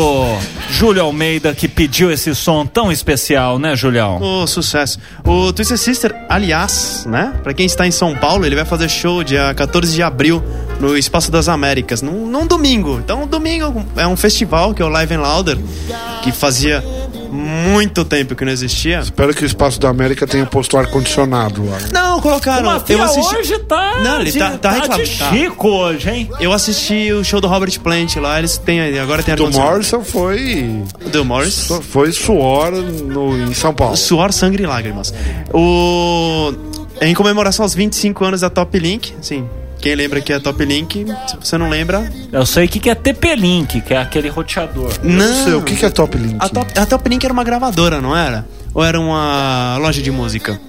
S3: Júlio Almeida que pediu esse som tão especial, né, Julião?
S5: Oh, sucesso. O Twister Sister, aliás, né? Pra quem está em São Paulo, ele vai fazer show dia 14 de abril no Espaço das Américas, num, num domingo. Então, domingo é um festival que é o Live and Louder, que fazia muito tempo que não existia.
S6: Espero que o Espaço da América tenha posto ar-condicionado lá.
S5: Não,
S3: O
S5: colocaram.
S3: Mafia hoje tá.
S5: Não, ele
S3: de,
S5: tá- tá
S3: de
S5: reclamando, tá.
S3: chico hoje, hein?
S5: Eu assisti o show do Robert Plant lá, eles têm agora tem
S6: Do
S5: ar-condicionado.
S6: Morrison foi.
S5: Do Morris.
S6: Foi suor no, em São Paulo.
S5: Suor, sangue e lágrimas. O... Em comemoração aos 25 anos da Top Link, assim, quem lembra que é a Top Link, se você não lembra,
S3: Eu sei o que, que é TP-Link, que é aquele roteador.
S5: não.
S6: Não sei, o que, que é Top Link?
S5: a, top, a Top Link era uma gravadora, não era? Ou era uma loja de música?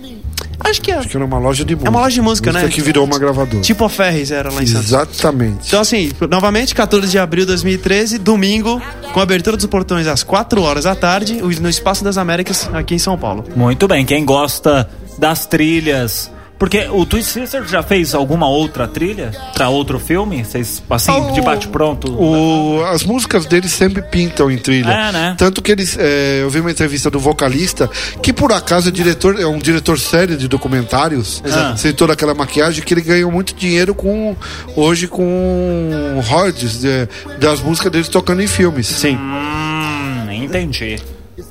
S5: Acho que é.
S6: Acho que era uma loja de
S5: É
S6: música.
S5: uma loja de música, né?
S6: que virou uma gravadora.
S5: Tipo a Ferris era lá em Santos.
S6: Exatamente.
S5: Então, assim, novamente, 14 de abril de 2013, domingo, com a abertura dos portões às 4 horas da tarde, no Espaço das Américas, aqui em São Paulo.
S3: Muito bem, quem gosta das trilhas. Porque o Twin Sister já fez alguma outra trilha pra outro filme? Vocês, assim, de bate-pronto?
S6: O- as músicas deles sempre pintam em trilha.
S3: É, né?
S6: Tanto que eles. é, eu vi uma entrevista do vocalista, que por acaso é, diretor, é um diretor sério de documentários, Ah.
S3: Exato.
S6: sem toda aquela maquiagem, que ele ganhou muito dinheiro com hoje é, com royalties de- das músicas deles tocando em filmes.
S5: Sim.
S3: Hum, entendi.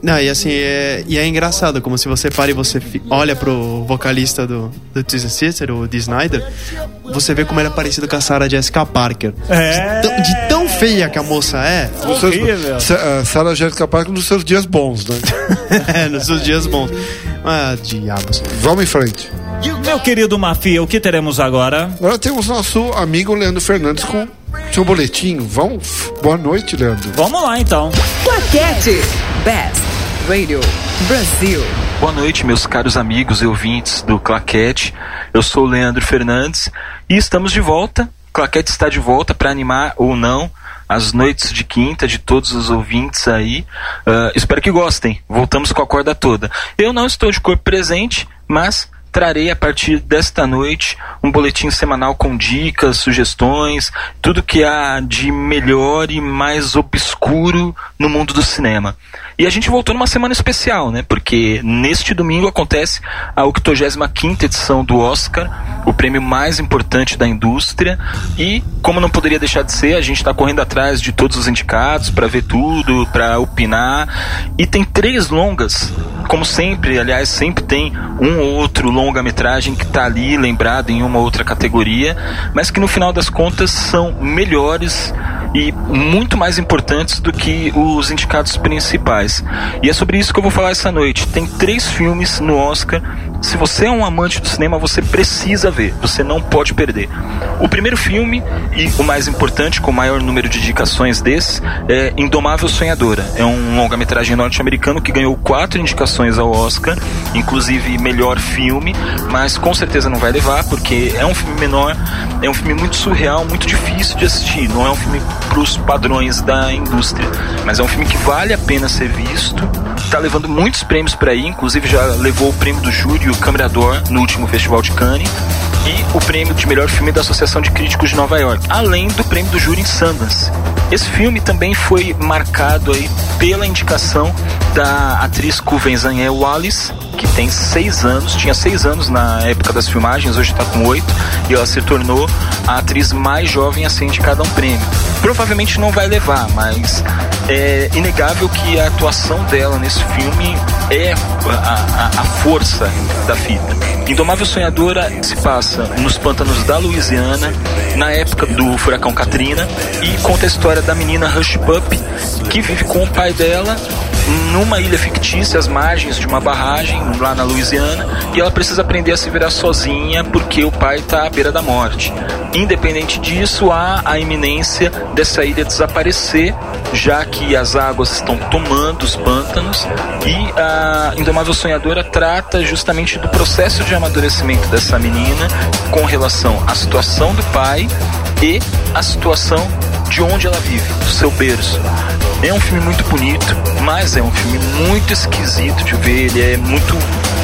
S5: Não, e assim, é, e é engraçado, como se você para e você fi- olha pro vocalista do, do Twisted Sister, o Dee Snyder, você vê como ele é parecido com a Sarah Jessica Parker.
S3: É.
S5: De, tão- de tão feia que a moça é,
S6: Nos
S3: Horrível.
S6: seus, Sa- ah, Sarah Jessica Parker nos seus dias bons, né?
S5: é, nos seus dias bons. Ah, diabos.
S6: Vamos em frente.
S3: Meu querido Mafia, o que teremos agora?
S6: Agora temos nosso amigo Leandro Fernandes com seu boletim. Vamos? Boa noite, Leandro.
S3: Vamos lá então.
S4: Plaquete. Best Radio Brasil.
S7: Boa noite, meus caros amigos e ouvintes do Claquete. Eu sou o Leandro Fernandes e estamos de volta. O Claquete está de volta para animar ou não as noites de quinta de todos os ouvintes aí. Ah, espero que gostem. Voltamos com a corda toda. Eu não estou de corpo presente, mas trarei a partir desta noite um boletim semanal com dicas, sugestões, tudo que há de melhor e mais obscuro no mundo do cinema. E a gente voltou numa semana especial, né? Porque neste domingo acontece a 85ª edição do Oscar, o prêmio mais importante da indústria, e como não poderia deixar de ser, a gente está correndo atrás de todos os indicados para ver tudo, para opinar. E tem três longas como sempre, aliás, sempre tem um ou outro longa-metragem que está ali lembrado em uma outra categoria, mas que no final das contas são melhores e muito mais importantes do que os indicados principais. E é sobre isso que eu vou falar essa noite. Tem três filmes no Oscar. Se você é um amante do cinema, você precisa ver, você não pode perder. O primeiro filme, e o mais importante, com o maior número de indicações desse, é Indomável Sonhadora. É um longa-metragem norte-americano que ganhou quatro indicações ao Oscar, inclusive melhor filme, mas com certeza não vai levar, porque é um filme menor, é um filme muito surreal, muito difícil de assistir, não é um filme para os padrões da indústria, mas é um filme que vale a pena ser visto. Tá levando muitos prêmios para aí, inclusive já levou o prêmio do júri, e o Câmara d'Or, no último Festival de Cannes e o prêmio de melhor filme da Associação de Críticos de Nova York, além do prêmio do júri em Sundance. Esse filme também foi marcado aí pela indicação da atriz Cuvenzan Wallis, que tem seis anos, tinha seis anos na época das filmagens, hoje está com oito, e ela se tornou a atriz mais jovem a ser indicada a um prêmio. Provavelmente não vai levar, mas é inegável que a atuação dela nesse filme é a, a- a força da fita. Indomável Sonhadora se passa nos pântanos da Louisiana, na época do furacão Katrina, e conta a história da menina Hush Pup, que vive com o pai dela numa ilha fictícia, às margens de uma barragem, lá na Louisiana, e ela precisa aprender a se virar sozinha porque o pai está à beira da morte. Independente disso, há a iminência dessa ilha desaparecer, já que as águas estão tomando os pântanos, e a Indomável Sonhadora trata justamente do processo de amadurecimento dessa menina com relação à situação do pai e à situação de onde ela vive, do seu berço. É um filme muito bonito, mas é um filme muito esquisito de ver. Ele é muito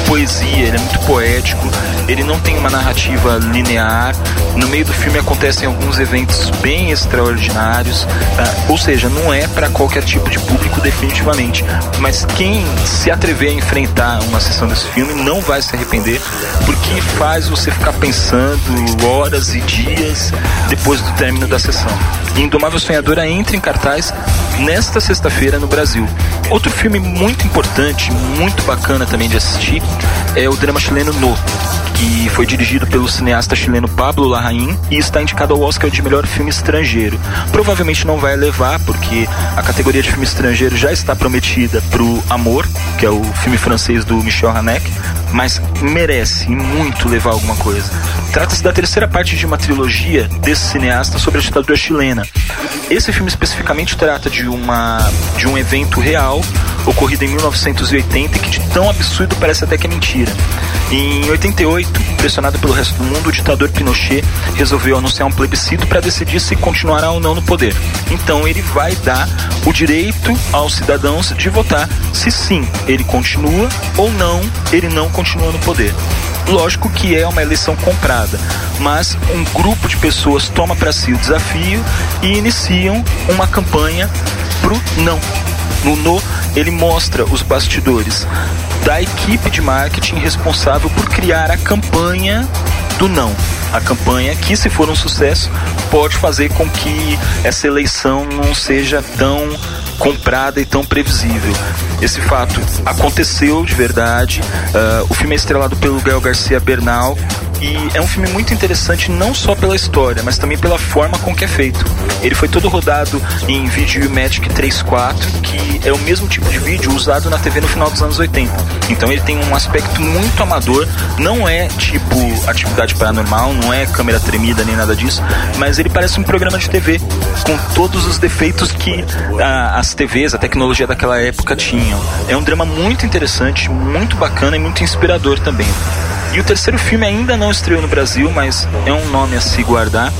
S7: poesia, ele é muito poético. Ele não tem uma narrativa linear. No meio do filme acontecem alguns eventos bem extraordinários. tá? Ou seja, não é para qualquer tipo de público definitivamente. Mas quem se atrever a enfrentar uma sessão desse filme não vai se arrepender, porque faz você ficar pensando horas e dias depois do término da sessão. E Indomável Sonhadora entra em cartaz nesta sexta-feira no Brasil. Outro filme muito importante, muito bacana também de assistir, é o drama chileno No, que foi dirigido pelo cineasta chileno Pablo Larraín e está indicado ao Oscar de melhor filme estrangeiro. Provavelmente não vai levar, porque a categoria de filme estrangeiro já está prometida pro Amor, que é o filme francês do Michel Haneke, mas merece e muito levar alguma coisa. Trata-se da terceira parte de uma trilogia desse cineasta sobre a ditadura chilena. Esse filme especificamente trata de uma de um evento real ocorrido em 1980 que de tão absurdo parece até que é mentira. Em 88, pressionado pelo resto do mundo, o ditador Pinochet resolveu anunciar um plebiscito para decidir se continuará ou não no poder. Então ele vai dar o direito aos cidadãos de votar se sim ele continua ou não ele não continua no poder. Lógico que é uma eleição comprada, mas um grupo de pessoas toma para si o desafio e iniciam uma campanha pro não. No No, ele mostra os bastidores da equipe de marketing responsável por criar a campanha do não. A campanha que, se for um sucesso, pode fazer com que essa eleição não seja tão comprada e tão previsível. Esse fato aconteceu de verdade. ah, o filme é estrelado pelo Gael Garcia Bernal e é um filme muito interessante não só pela história, mas também pela forma com que é feito. Ele foi todo rodado em vídeo Magic 34, que é o mesmo tipo de vídeo usado na TV no final dos anos 80. Então ele tem um aspecto muito amador, não é tipo atividade paranormal, não é câmera tremida nem nada disso, mas ele parece um programa de TV com todos os defeitos que ah, as TVs, a tecnologia daquela época tinham. É um drama muito interessante, muito bacana e muito inspirador também. E o terceiro filme ainda não estreou no Brasil, mas é um nome a se guardar.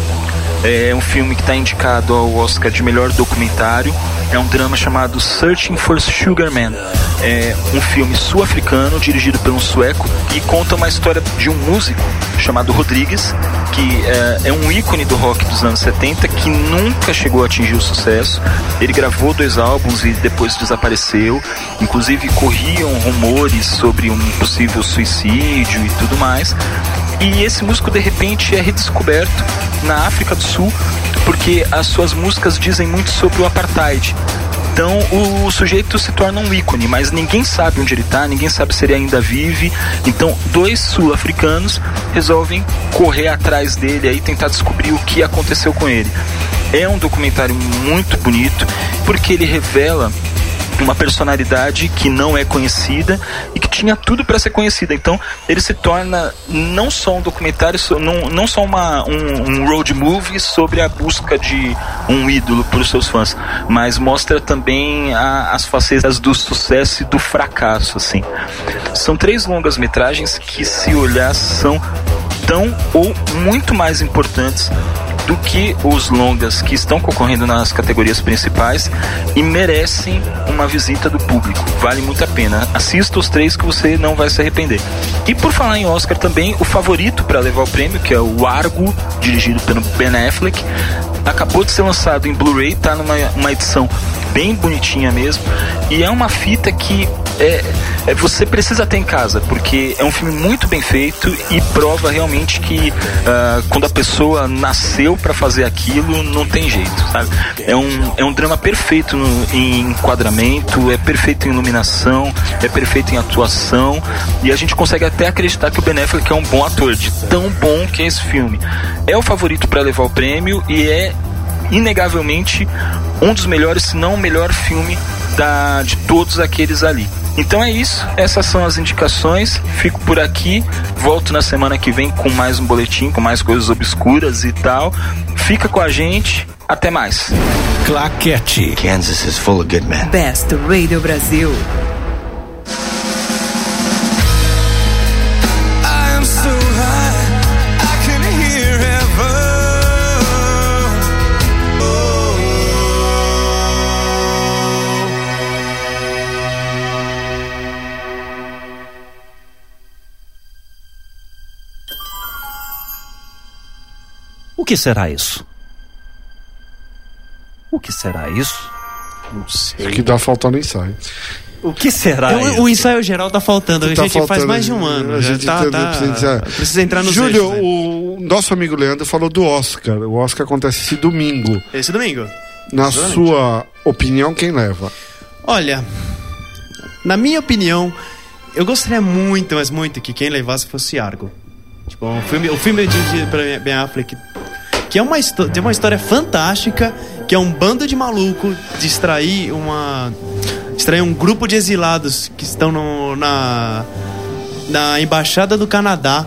S7: É um filme que está indicado ao Oscar de melhor documentário. É um drama chamado Searching for Sugar Man. É um filme sul-africano dirigido por um sueco e conta uma história de um músico chamado Rodrigues, que é, é um ícone do rock dos anos 70 que nunca chegou a atingir o sucesso. Ele gravou dois álbuns e depois desapareceu. Inclusive corriam rumores sobre um possível suicídio e tudo mais. E esse músico de repente é redescoberto na África do Sul porque as suas músicas dizem muito sobre o apartheid. Então o sujeito se torna um ícone, mas ninguém sabe onde ele está, ninguém sabe se ele ainda vive. Então dois sul-africanos resolvem correr atrás dele aí tentar descobrir o que aconteceu com ele. É um documentário muito bonito porque ele revela uma personalidade que não é conhecida e que tinha tudo para ser conhecida. Então, ele se torna não só um documentário, so- não, não só uma, um, um road movie sobre a busca de um ídolo para os seus fãs, mas mostra também a- as facetas do sucesso e do fracasso. Assim. São três longas metragens que, se olhar, são tão ou muito mais importantes do que os longas que estão concorrendo nas categorias principais e merecem uma visita do público. Vale muito a pena. Assista os três que você não vai se arrepender. E por falar em Oscar também, o favorito para levar o prêmio, que é o Argo, dirigido pelo Ben Affleck, acabou de ser lançado em Blu-ray, tá numa uma edição bem bonitinha mesmo, e é uma fita que é, é, você precisa ter em casa, porque é um filme muito bem feito e prova realmente que ah, quando a pessoa nasceu pra fazer aquilo, não tem jeito, sabe? É um, é um drama perfeito no- em enquadramento, é perfeito em iluminação, é perfeito em atuação, e a gente consegue até acreditar que o Ben Affleck é um bom ator, de tão bom que é esse filme. É o favorito pra levar o prêmio e é inegavelmente um dos melhores, se não o melhor filme da, de todos aqueles ali. Então é isso, essas são as indicações. Fico por aqui, volto na semana que vem com mais um boletim, com mais coisas obscuras e tal. Fica com a gente, até mais.
S1: Claquete.
S8: Kansas is full of good men.
S4: Best Radio Brasil.
S3: O que será isso? O que será isso?
S6: Isso que dá faltando ensaio.
S3: O que será
S5: Eu-
S3: isso?
S5: É, o ensaio geral tá faltando. a
S6: Tá
S5: gente faz
S6: faltando-
S5: mais de um ano.
S6: A
S5: já
S6: gente
S5: tá-
S6: entendeu,
S5: tá-
S6: precisa,
S5: precisa entrar né? no
S6: Júlio, o nosso amigo Leandro falou do Oscar. O Oscar acontece esse domingo.
S5: Esse domingo.
S6: Na
S5: Exatamente.
S6: sua opinião, quem leva?
S5: Olha, na minha opinião, eu gostaria muito, mas muito, que quem levasse fosse Argo. Tipo, um filme, o filme dirigido pela Ben Affleck, que é uma, histó- tem uma história fantástica, que é um bando de maluco distrair uma... distrair um grupo de exilados que estão no- na, na Embaixada do Canadá,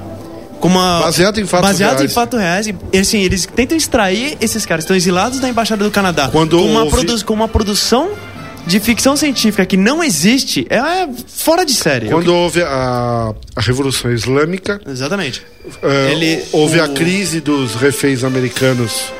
S5: com uma...
S6: Baseado em fatos
S5: baseado
S6: reais.
S5: em fatos reais. E, assim, eles tentam extrair esses caras, que estão exilados da Embaixada do Canadá.
S6: Quando
S5: com uma
S6: houve-
S5: produ- com uma produção de ficção científica que não existe, ela é fora de série.
S6: Quando houve a, a Revolução Islâmica,
S5: Exatamente.
S6: eh,
S5: Ele-
S6: houve a
S5: o-
S6: crise dos reféns americanos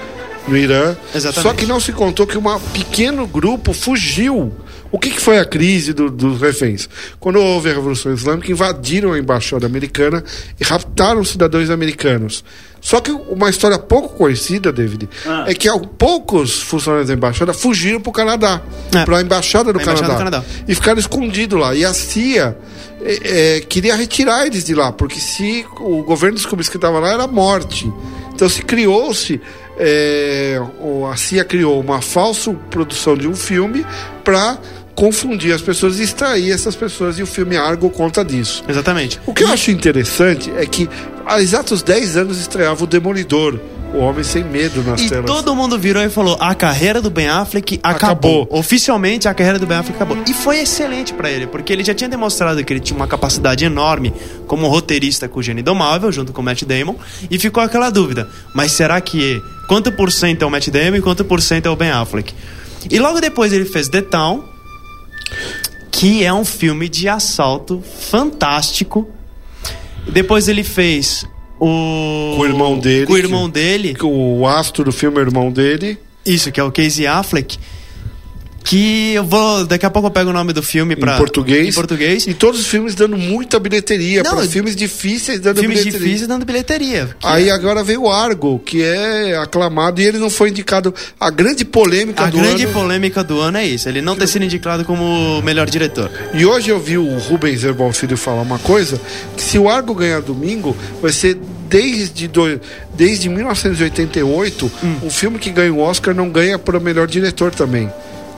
S6: no Irã.
S5: Exatamente.
S6: Só que não se contou que um pequeno grupo fugiu. O que, que foi a crise do- dos reféns? Quando houve a Revolução Islâmica, invadiram a embaixada americana e raptaram cidadãos americanos. Só que uma história pouco conhecida, David, é que al- poucos funcionários da embaixada fugiram para o Canadá,
S5: É.
S6: para a embaixada do
S5: Pra
S6: Canadá,
S5: Embaixada do Canadá.
S6: E ficaram escondidos lá. E a CIA eh, eh, queria retirar eles de lá, porque se o governo descobrisse que estava lá, era morte. Então se criou-se é, o- a CIA criou uma falsa produção de um filme para confundir as pessoas e extrair essas pessoas e o filme Argo conta disso.
S5: Exatamente.
S6: O que eu acho interessante é que há exatos 10 anos estreava o Demolidor, o Homem Sem Medo nas
S5: E
S6: telas.
S5: todo mundo virou e falou: a carreira do Ben Affleck acabou.
S6: Acabou.
S5: Oficialmente a carreira do Ben Affleck acabou. E foi excelente pra ele, porque ele já tinha demonstrado que ele tinha uma capacidade enorme como roteirista com o Gene Domável, junto com o Matt Damon, e ficou aquela dúvida: mas será que quanto por cento é o Matt Damon e quanto por cento é o Ben Affleck? E logo depois ele fez The Town, que é um filme de assalto fantástico. Depois ele fez o.
S6: Com o irmão dele,
S5: Com o irmão
S6: que-
S5: dele.
S6: O astro do filme é o irmão dele.
S5: Isso, que é o Casey Affleck. Que eu vou. Daqui a pouco eu pego o nome do filme pra.
S6: em português.
S5: Em português.
S6: E todos os filmes dando muita bilheteria.
S5: Não,
S6: pra
S5: eu-
S6: filmes difíceis dando
S5: filmes
S6: bilheteria.
S5: difíceis dando bilheteria. que é.
S6: Aí agora veio o Argo, que é aclamado e ele não foi indicado. A grande polêmica
S5: a
S6: Tá do
S5: grande
S6: ano.
S5: polêmica do ano é isso. Ele não ter sido indicado como melhor diretor.
S6: E hoje eu vi o Rubens Herbal Filho falar uma coisa: que se o Argo ganhar domingo, vai ser desde, do, desde 1988,
S5: Hum.
S6: um filme que ganha o Oscar não ganha para o melhor diretor também.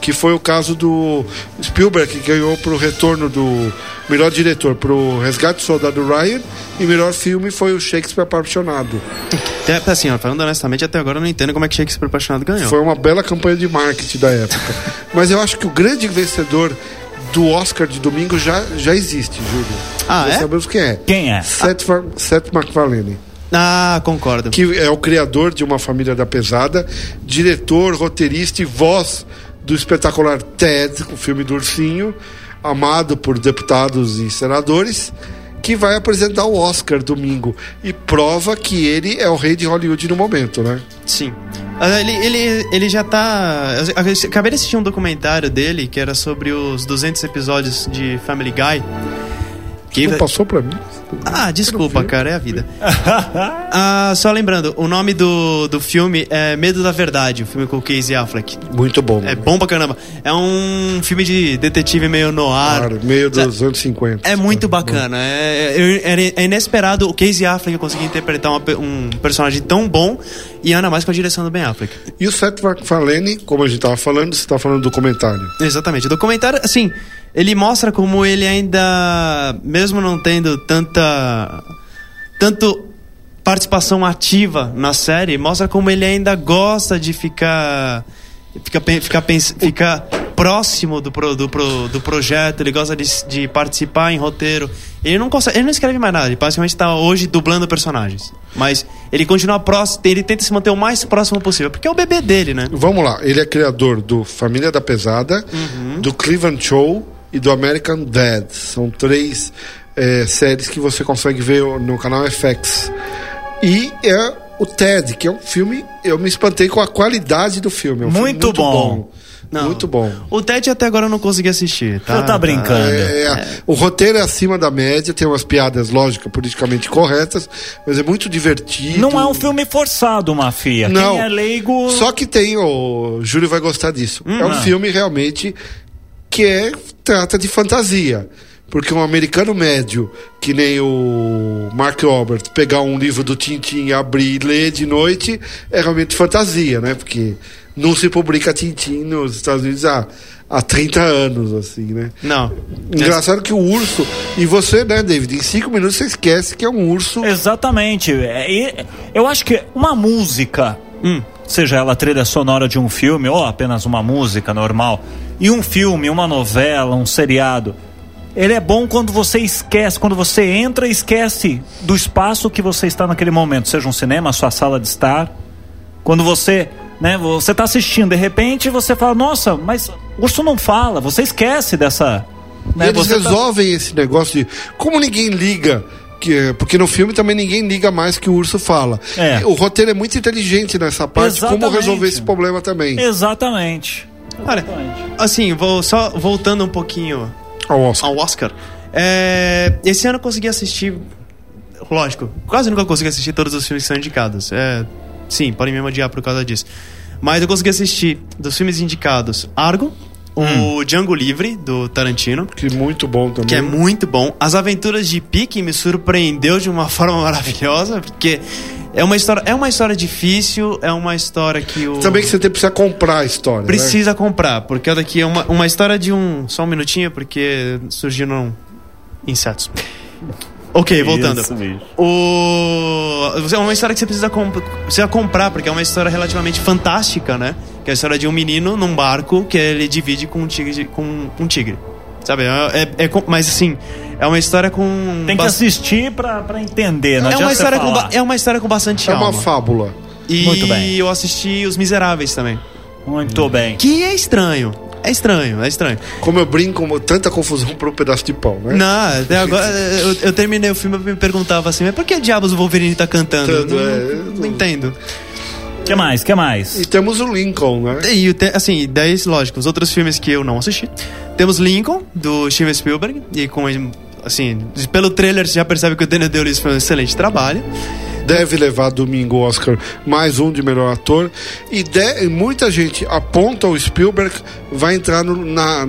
S6: Que foi o caso do Spielberg, que ganhou para o retorno do melhor diretor, para o Resgate do Soldado Ryan, e melhor filme foi o Shakespeare Apaixonado.
S5: Até assim, ó, falando honestamente, até agora eu não entendo como é que Shakespeare Apaixonado ganhou.
S6: Foi uma bela campanha de marketing da época. Mas eu acho que o grande vencedor do Oscar de domingo já, já existe, Júlio.
S5: Ah,
S6: Já
S5: é?
S6: sabemos quem é.
S3: Quem é?
S6: Seth, Fa- Seth MacFarlane,
S5: Ah, concordo.
S6: que é o criador de Uma Família da Pesada, diretor, roteirista e voz do espetacular Ted, o filme do ursinho, amado por deputados e senadores, que vai apresentar o Oscar domingo e prova que ele é o rei de Hollywood no momento, né?
S5: Sim. Ah, Ele, ele, ele já tá. eu Acabei de assistir um documentário dele que era sobre os 200 episódios de Family Guy. Que é
S6: Não passou pra mim?
S5: Ah, desculpa, cara, é a vida. ah, só lembrando, o nome do, do filme é Medo da Verdade, o filme com o Casey Affleck.
S6: Muito bom.
S5: É bom pra caramba. É um filme de detetive meio no ar.
S6: Claro, meio dos anos 50.
S5: Ah, É muito bacana. É, é- é inesperado o Casey Affleck conseguir interpretar uma pe- um personagem tão bom e ainda mais com a direção do Ben Affleck.
S6: E o Seth MacFarlane, como a gente tava falando, você tá falando do comentário.
S5: Exatamente. O documentário, assim, ele mostra como ele ainda, mesmo não tendo tanta. tanto participação ativa na série, mostra como ele ainda gosta de ficar. ficar, pen- ficar, pens- ficar próximo do, pro, do, pro, do projeto, ele gosta de, s- de participar em roteiro. Ele não, consegue, ele não escreve mais nada, ele basicamente está hoje dublando personagens. Mas ele continua próximo, ele tenta se manter o mais próximo possível, porque é o bebê dele, né?
S6: Vamos lá, ele é criador do Família da Pesada,
S3: Uhum.
S6: do Cleveland Show e do American Dad. São três eh, séries que você consegue ver no canal FX. E é o Ted, que é um filme. Eu me espantei com a qualidade do filme. É um filme
S3: Muito bom.
S5: Não.
S6: Muito bom.
S5: O Ted até agora eu não consegui assistir, tá?
S3: Você tá brincando.
S6: É, é, O roteiro é acima da média, tem umas piadas, lógica, politicamente corretas, mas é muito divertido.
S3: Não é um filme forçado, Mafia.
S6: Não.
S3: Quem é leigo.
S6: Só que tem, o Júlio vai gostar disso. é um
S3: ah.
S6: filme realmente que é, trata de fantasia. Porque um americano médio, que nem o Mark Robert, pegar um livro do Tintin e abrir e ler de noite, é realmente fantasia, né? Porque não se publica Tintin nos Estados Unidos há, há 30 anos, assim, né?
S5: Tá. Não.
S6: Engraçado que o urso. E você, né, David? Em cinco minutos você esquece que é um urso.
S3: Exatamente. É, e- Eu acho que uma música, seja ela a trilha sonora de um filme ou apenas uma música normal, e um filme, uma novela, um seriado, ele é bom quando você esquece, quando você entra e esquece do espaço que você está naquele momento, seja um cinema, a sua sala de estar. Quando você, né, você tá assistindo, de repente você fala: "Nossa, mas o urso não fala". Você esquece dessa né,
S6: eles
S3: você tá-
S6: resolvem esse negócio de. Como ninguém liga. Que, eh, porque no filme também ninguém liga mais que o urso fala.
S3: É.
S6: O roteiro é muito inteligente nessa parte, como
S3: Exatamente.
S6: resolver esse problema também.
S3: Exatamente.
S5: Olha, assim, vou só voltando um pouquinho
S6: Ao Oscar.
S5: ao Oscar. É, esse ano eu consegui assistir. Lógico, quase nunca consigo assistir todos os filmes que são indicados. É, sim, podem me odiar por causa disso. Mas eu consegui assistir dos filmes indicados Argo,
S3: Hum.
S5: o Django Livre, do Tarantino.
S6: Que muito bom também.
S5: que é muito bom. As Aventuras de Pique me surpreendeu de uma forma maravilhosa, porque É uma história, é uma história difícil, é uma história que o
S6: Também que você tem, precisa comprar a história. né?
S5: precisa comprar, porque ela aqui é uma, uma história de um, só um minutinho, porque surgiram insetos. Ok, voltando.
S8: Isso, bicho.
S5: O... É uma história que você precisa, comp- precisa comprar, porque é uma história relativamente fantástica, né? Que é a história de um menino num barco que ele divide com um tigre. de- Com um tigre. Sabe? É, é- é com- mas assim, é uma história com.
S3: Tem que
S5: bas-
S3: assistir pra, pra entender, não
S5: é
S3: adianta
S5: uma,
S3: você
S5: história com ba-
S3: falar.
S5: é uma história com bastante
S6: É
S5: alma.
S6: uma fábula.
S5: E
S3: Muito bem.
S5: eu assisti Os Miseráveis também.
S3: Muito bem.
S5: Que é estranho. É estranho, é estranho.
S6: Como eu brinco, como- tanta confusão por um pedaço de pão, né?
S5: Não, até agora eu, eu terminei o filme e me perguntava assim, mas por que diabos o Wolverine tá cantando? Eu
S6: Tanto,
S5: não,
S6: é, eu
S5: não
S6: não-
S5: entendo.
S3: que mais? que mais?
S6: E temos o Lincoln, né?
S5: E o te- assim, 10, lógico, os outros filmes que eu não assisti. Temos Lincoln, do Steven Spielberg, e com assim, pelo trailer você já percebe que o Daniel Day-Lewis foi um excelente trabalho.
S6: Deve levar domingo o Oscar mais um de melhor ator. E de- e muita gente aponta o Spielberg, vai entrar no- na,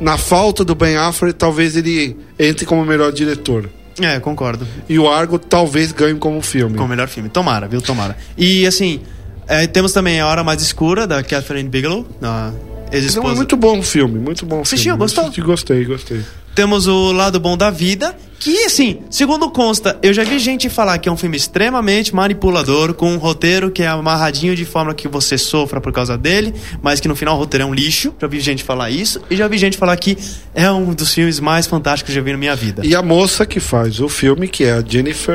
S6: na falta do Ben Affleck, talvez ele entre como melhor diretor.
S5: É, concordo.
S6: E o Argo talvez ganhe como filme.
S5: Com o melhor filme. Tomara, viu? Tomara. E assim, é, temos também A Hora Mais Escura, da Catherine Bigelow, a
S6: Não, é
S5: ex-esposa.
S6: muito bom o filme, muito bom. o
S5: Assistiu,
S6: filme.
S5: gostou?
S6: Assisti, Gostei, gostei.
S5: Temos o Lado Bom da Vida, que assim, segundo consta, eu já vi gente falar que é um filme extremamente manipulador, com um roteiro que é amarradinho de forma que você sofra por causa dele, mas que no final o roteiro é um lixo. Já vi gente falar isso, e já vi gente falar que é um dos filmes mais fantásticos que eu já vi na minha vida.
S6: E a moça que faz o filme, que é a Jennifer,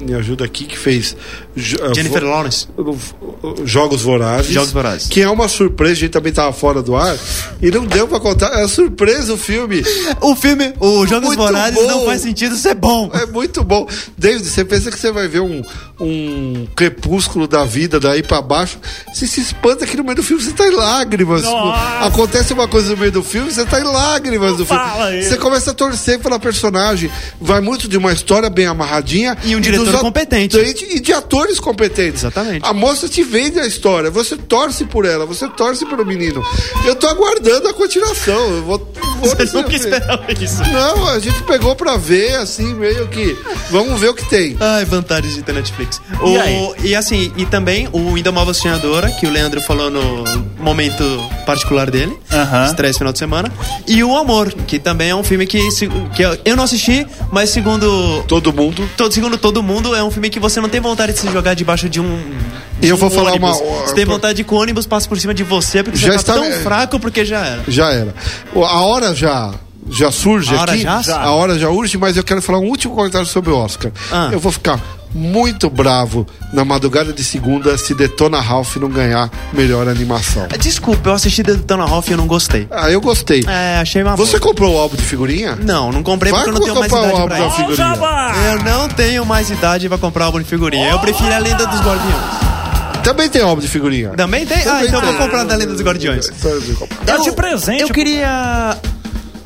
S6: me ajuda aqui, que fez jo-
S5: Jennifer
S6: vo-
S5: Lawrence.
S6: Jogos Vorazes.
S5: Jogos Vorazes.
S6: Que é uma surpresa, a gente também tava fora do ar e não deu pra contar. É surpresa o filme.
S5: O filme, o Jogos
S6: Muito
S5: Vorazes
S6: bom.
S5: não faz sentido ser bom.
S6: É muito bom. David, você pensa que você vai ver um, um crepúsculo da vida daí pra baixo. Você se espanta que no meio do filme você tá em lágrimas.
S3: Nossa.
S6: Acontece uma coisa no meio do filme, você tá em lágrimas do filme.
S3: fala isso.
S6: Você começa a torcer pela personagem. Vai muito de uma história bem amarradinha.
S5: E um diretor
S6: dos at-
S5: competente.
S6: E de atores competentes.
S5: Exatamente.
S6: A moça te vende a história. Você torce por ela, você torce pelo menino. Eu tô aguardando a continuação. Eu vou. vou
S5: Você nunca esperava isso.
S6: não, a gente pegou pra ver, assim, meio que. Vamos ver o que tem.
S5: Ai, vantagens de ter Netflix.
S3: E
S5: O-
S3: aí?
S5: e assim, e também o Indomável Sonhadora, que o Leandro falou no momento particular dele.
S3: Aham.
S5: Estresse final de semana. E O Amor, que também é um filme que, se- que eu- eu não assisti, mas segundo.
S6: Todo mundo.
S5: todo- segundo todo mundo, é um filme que você não tem vontade de se jogar debaixo de um.
S6: E eu
S5: de
S6: vou
S5: um
S6: falar uma-
S5: ônibus. Você tem vontade de que o ônibus passe por cima de você, porque
S6: Já
S5: você
S6: está-
S5: tá tão fraco porque já era.
S6: Já era. O- A hora já. Já surge
S5: A hora
S6: aqui.
S5: já? Já.
S6: A hora já urge, mas eu quero falar um último comentário sobre o Oscar.
S5: Ah.
S6: Eu vou ficar muito bravo na madrugada de segunda se Detona Ralph não ganhar melhor animação.
S5: Desculpa, eu assisti The Dana Hoff e eu não gostei.
S6: Ah, eu gostei.
S5: É, achei uma.
S6: Você
S5: boa.
S6: comprou o álbum de figurinha?
S5: Não, não comprei
S6: Vai
S5: porque eu não tenho mais
S6: comprar o
S5: idade
S6: álbum
S5: pra
S6: da
S5: isso.
S3: Ó, o
S6: figurinha.
S3: Jabá!
S5: Eu não tenho mais idade pra comprar álbum de figurinha. Eu prefiro a Lenda dos Guardiões.
S6: Também tem álbum de figurinha.
S5: Também tem? Ah,
S6: Também
S5: então eu
S6: tem.
S5: vou comprar da Lenda dos Guardiões.
S3: Dá de
S5: Eu-
S3: presente.
S5: Eu queria.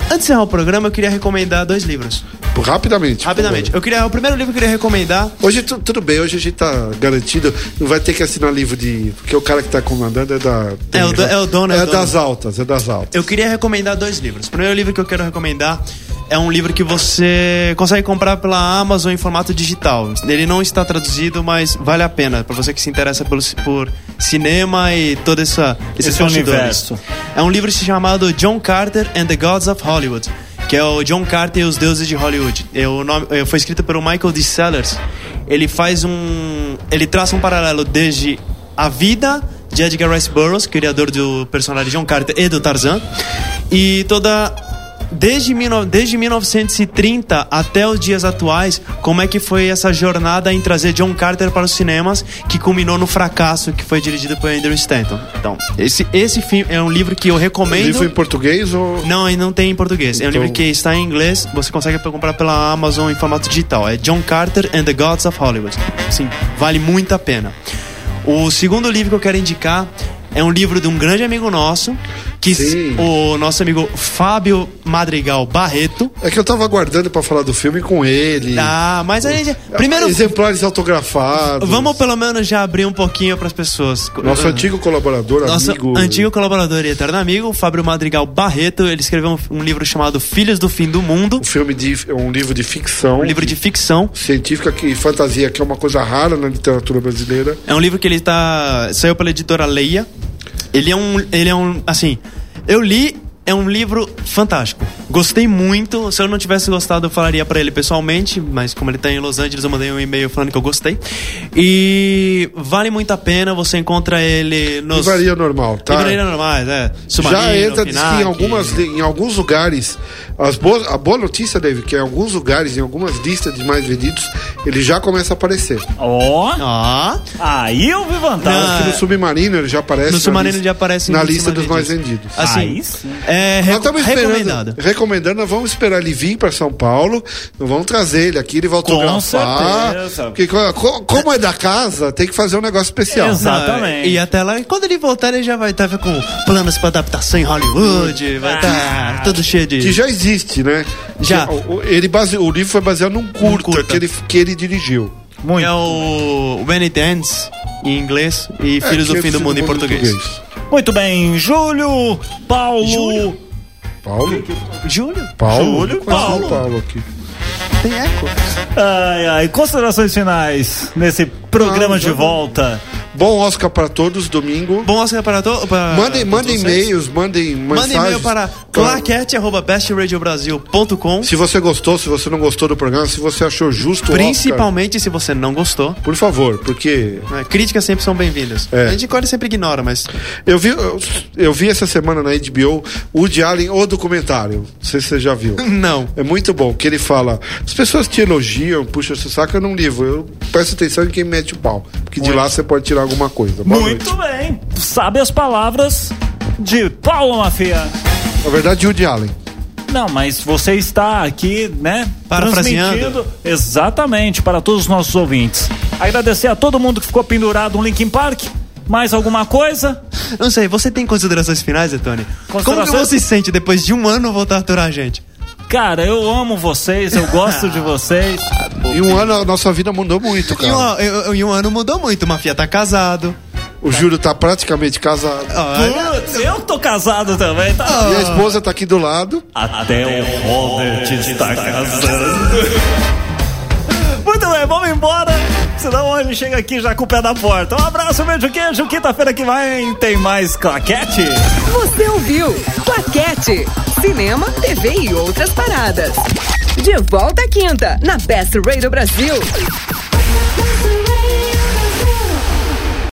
S5: Antes de encerrar o programa, eu queria recomendar dois livros.
S6: Rapidamente.
S5: Rapidamente. Eu queria, o primeiro livro que eu queria recomendar.
S6: Hoje tu- tudo bem, hoje a gente tá garantido, não vai ter que assinar livro de. Porque o cara que tá comandando é da.
S5: É o do- é o dono, é
S6: É,
S5: o dono.
S6: das altas, é das altas.
S5: Eu queria recomendar dois livros. O primeiro livro que eu quero recomendar é um livro que você consegue comprar pela Amazon em formato digital. Ele não está traduzido, mas vale a pena pra você que se interessa pelo, por cinema e todo essa, esses
S3: Esse
S5: bastidores.
S3: universo.
S5: É um livro chamado John Carter and the Gods of Hollywood, que é o John Carter e os deuses de Hollywood. É o nome- é, foi escrito pelo Michael D. Sellers. Ele faz um, ele traça um paralelo desde a vida de Edgar Rice Burroughs, criador do personagem John Carter e do Tarzan, e toda Desde, 19 desde 1930 até os dias atuais, como é que foi essa jornada em trazer John Carter para os cinemas, que culminou no fracasso que foi dirigido por Andrew Stanton. Então, esse, esse filme é um livro que eu recomendo.
S6: Livro em português ou.
S5: Não, e não tem em português. É um
S6: Então-
S5: livro que está em inglês, você consegue comprar pela Amazon em formato digital. É John Carter and the Gods of Hollywood. Sim, vale muito a pena. O segundo livro que eu quero indicar é um livro de um grande amigo nosso, que
S6: Sim.
S5: o nosso amigo Fábio Madrigal Barreto.
S6: É que eu tava aguardando pra falar do filme com ele. É,
S5: Ah, mas a gente. Primeiro,
S6: Exemplares autografados.
S5: vamos pelo menos já abrir um pouquinho pras pessoas.
S6: Nosso
S5: Ah.
S6: antigo colaborador,
S5: Nosso
S6: amigo.
S5: antigo colaborador e eterno amigo, Fábio Madrigal Barreto, ele escreveu um, um livro chamado Filhos do Fim do Mundo,
S6: Um filme de. Um livro de ficção.
S5: um livro de ficção.
S6: Científica que, e fantasia, que é uma coisa rara na literatura brasileira.
S5: É um livro que ele tá. saiu pela editora Leia. Ele é um. Ele é um. Assim, eu li, é um livro fantástico. Gostei muito. Se eu não tivesse gostado, eu falaria pra ele pessoalmente, mas como ele tá em Los Angeles, eu mandei um e-mail falando que eu gostei. E vale muito a pena, você encontra ele nos.
S6: Livraria normal, tá?
S5: Livraria normais, é.
S6: Já
S5: Submarino,
S6: entra, diz que em,
S5: Fnac.
S6: algumas, li- em alguns lugares, as boas, a boa notícia, David, que em alguns lugares, em algumas listas de mais vendidos, ele já começa a aparecer.
S3: Ó,
S5: Ah,
S3: aí eu vi vantagem.
S5: Não,
S6: Aqui no Submarino ele já aparece.
S5: Ah, é. No
S6: na
S5: Submarino
S6: lista-
S5: já aparece
S6: na
S5: no
S6: lista dos mais
S5: Submarino.
S6: vendidos.
S5: assim,
S3: Aí sim.
S5: é
S6: Nós
S5: re
S6: estamos esperando,
S5: recomendado.
S6: recomendando, nós vamos esperar ele vir para São Paulo, nós vamos trazer ele aqui, ele vai
S3: Com
S6: autografar.
S3: certeza.
S6: Porque co- co- como é da casa, tem que fazer um negócio especial.
S3: Exato.
S5: Ah,
S3: Exatamente.
S5: E até lá, e quando ele voltar, ele já vai estar com planos pra adaptação em Hollywood, vai estar tudo cheio de.
S6: Que já existe, né?
S5: Já.
S6: Que o- o- Ele base... O livro foi baseado num curta,
S5: curta.
S6: Que, ele, que ele dirigiu.
S3: Muito.
S5: É o When It Ends, em inglês, e
S6: É,
S5: Filhos
S6: que
S5: do
S6: é
S5: Fim do Mundo, em português.
S3: Muito bem, Júlio, Paulo.
S5: Júlio?
S6: Paulo?
S5: Júlio?
S6: Paulo?
S3: Júlio
S6: Não conheço
S3: Paulo.
S6: o Paulo aqui.
S5: Tem eco.
S3: Ai, ai, considerações finais nesse programa
S6: Não,
S3: de
S6: não, não.
S3: volta.
S6: Bom Oscar para todos, domingo.
S5: Bom Oscar para todos.
S6: Mandem, mandem e-mails, mandem mensagens.
S5: Mandem e-mail para claquete.bestradiobrasil.com.
S6: Se você gostou, se você não gostou do programa, se você achou justo o Oscar,
S5: Principalmente se você não gostou.
S6: por favor, porque
S5: né, Críticas sempre são bem-vindas.
S6: É.
S5: A gente quase sempre ignora, mas.
S6: eu vi, eu, eu vi essa semana na HBO o Woody Allen, o documentário. Não sei se você já viu.
S5: Não.
S6: É muito bom que ele fala. As pessoas te elogiam, puxa seu saco, eu não livro. Eu presto atenção em quem mete o pau. Porque de lá você pode tirar alguma coisa. Boa noite.
S3: Muito bem. Sabe as palavras de Paulo Mafia.
S6: Na verdade, Woody Allen.
S3: Não, mas você está aqui, né?
S5: Parafraseando.
S3: transmitindo Exatamente, para todos os nossos ouvintes. Agradecer a todo mundo que ficou pendurado no Linkin Park. Mais alguma coisa?
S5: Não sei, você tem considerações finais, Etone? Como que
S3: Considerações?
S5: você se sente depois de um ano voltar a aturar a gente?
S3: Cara, eu amo vocês, eu gosto de vocês.
S6: Em um ano a nossa vida mudou muito,
S5: Em um,
S6: cara.
S5: a- eu- em um ano mudou muito, Mafia tá casado.
S6: O Júlio tá praticamente casado.
S5: Ah,
S3: Putz, eu tô casado também, tá?
S6: E a esposa tá aqui do lado.
S3: Até o Robert está casando. Muito bem, vamos embora. Senão ele chega aqui já com o pé da porta. Um abraço, um beijo, queijo. Quinta-feira que vai tem mais claquete.
S4: Você ouviu? Claquete. Cinema, TV e outras paradas. De volta à quinta, na Best Radio Brasil.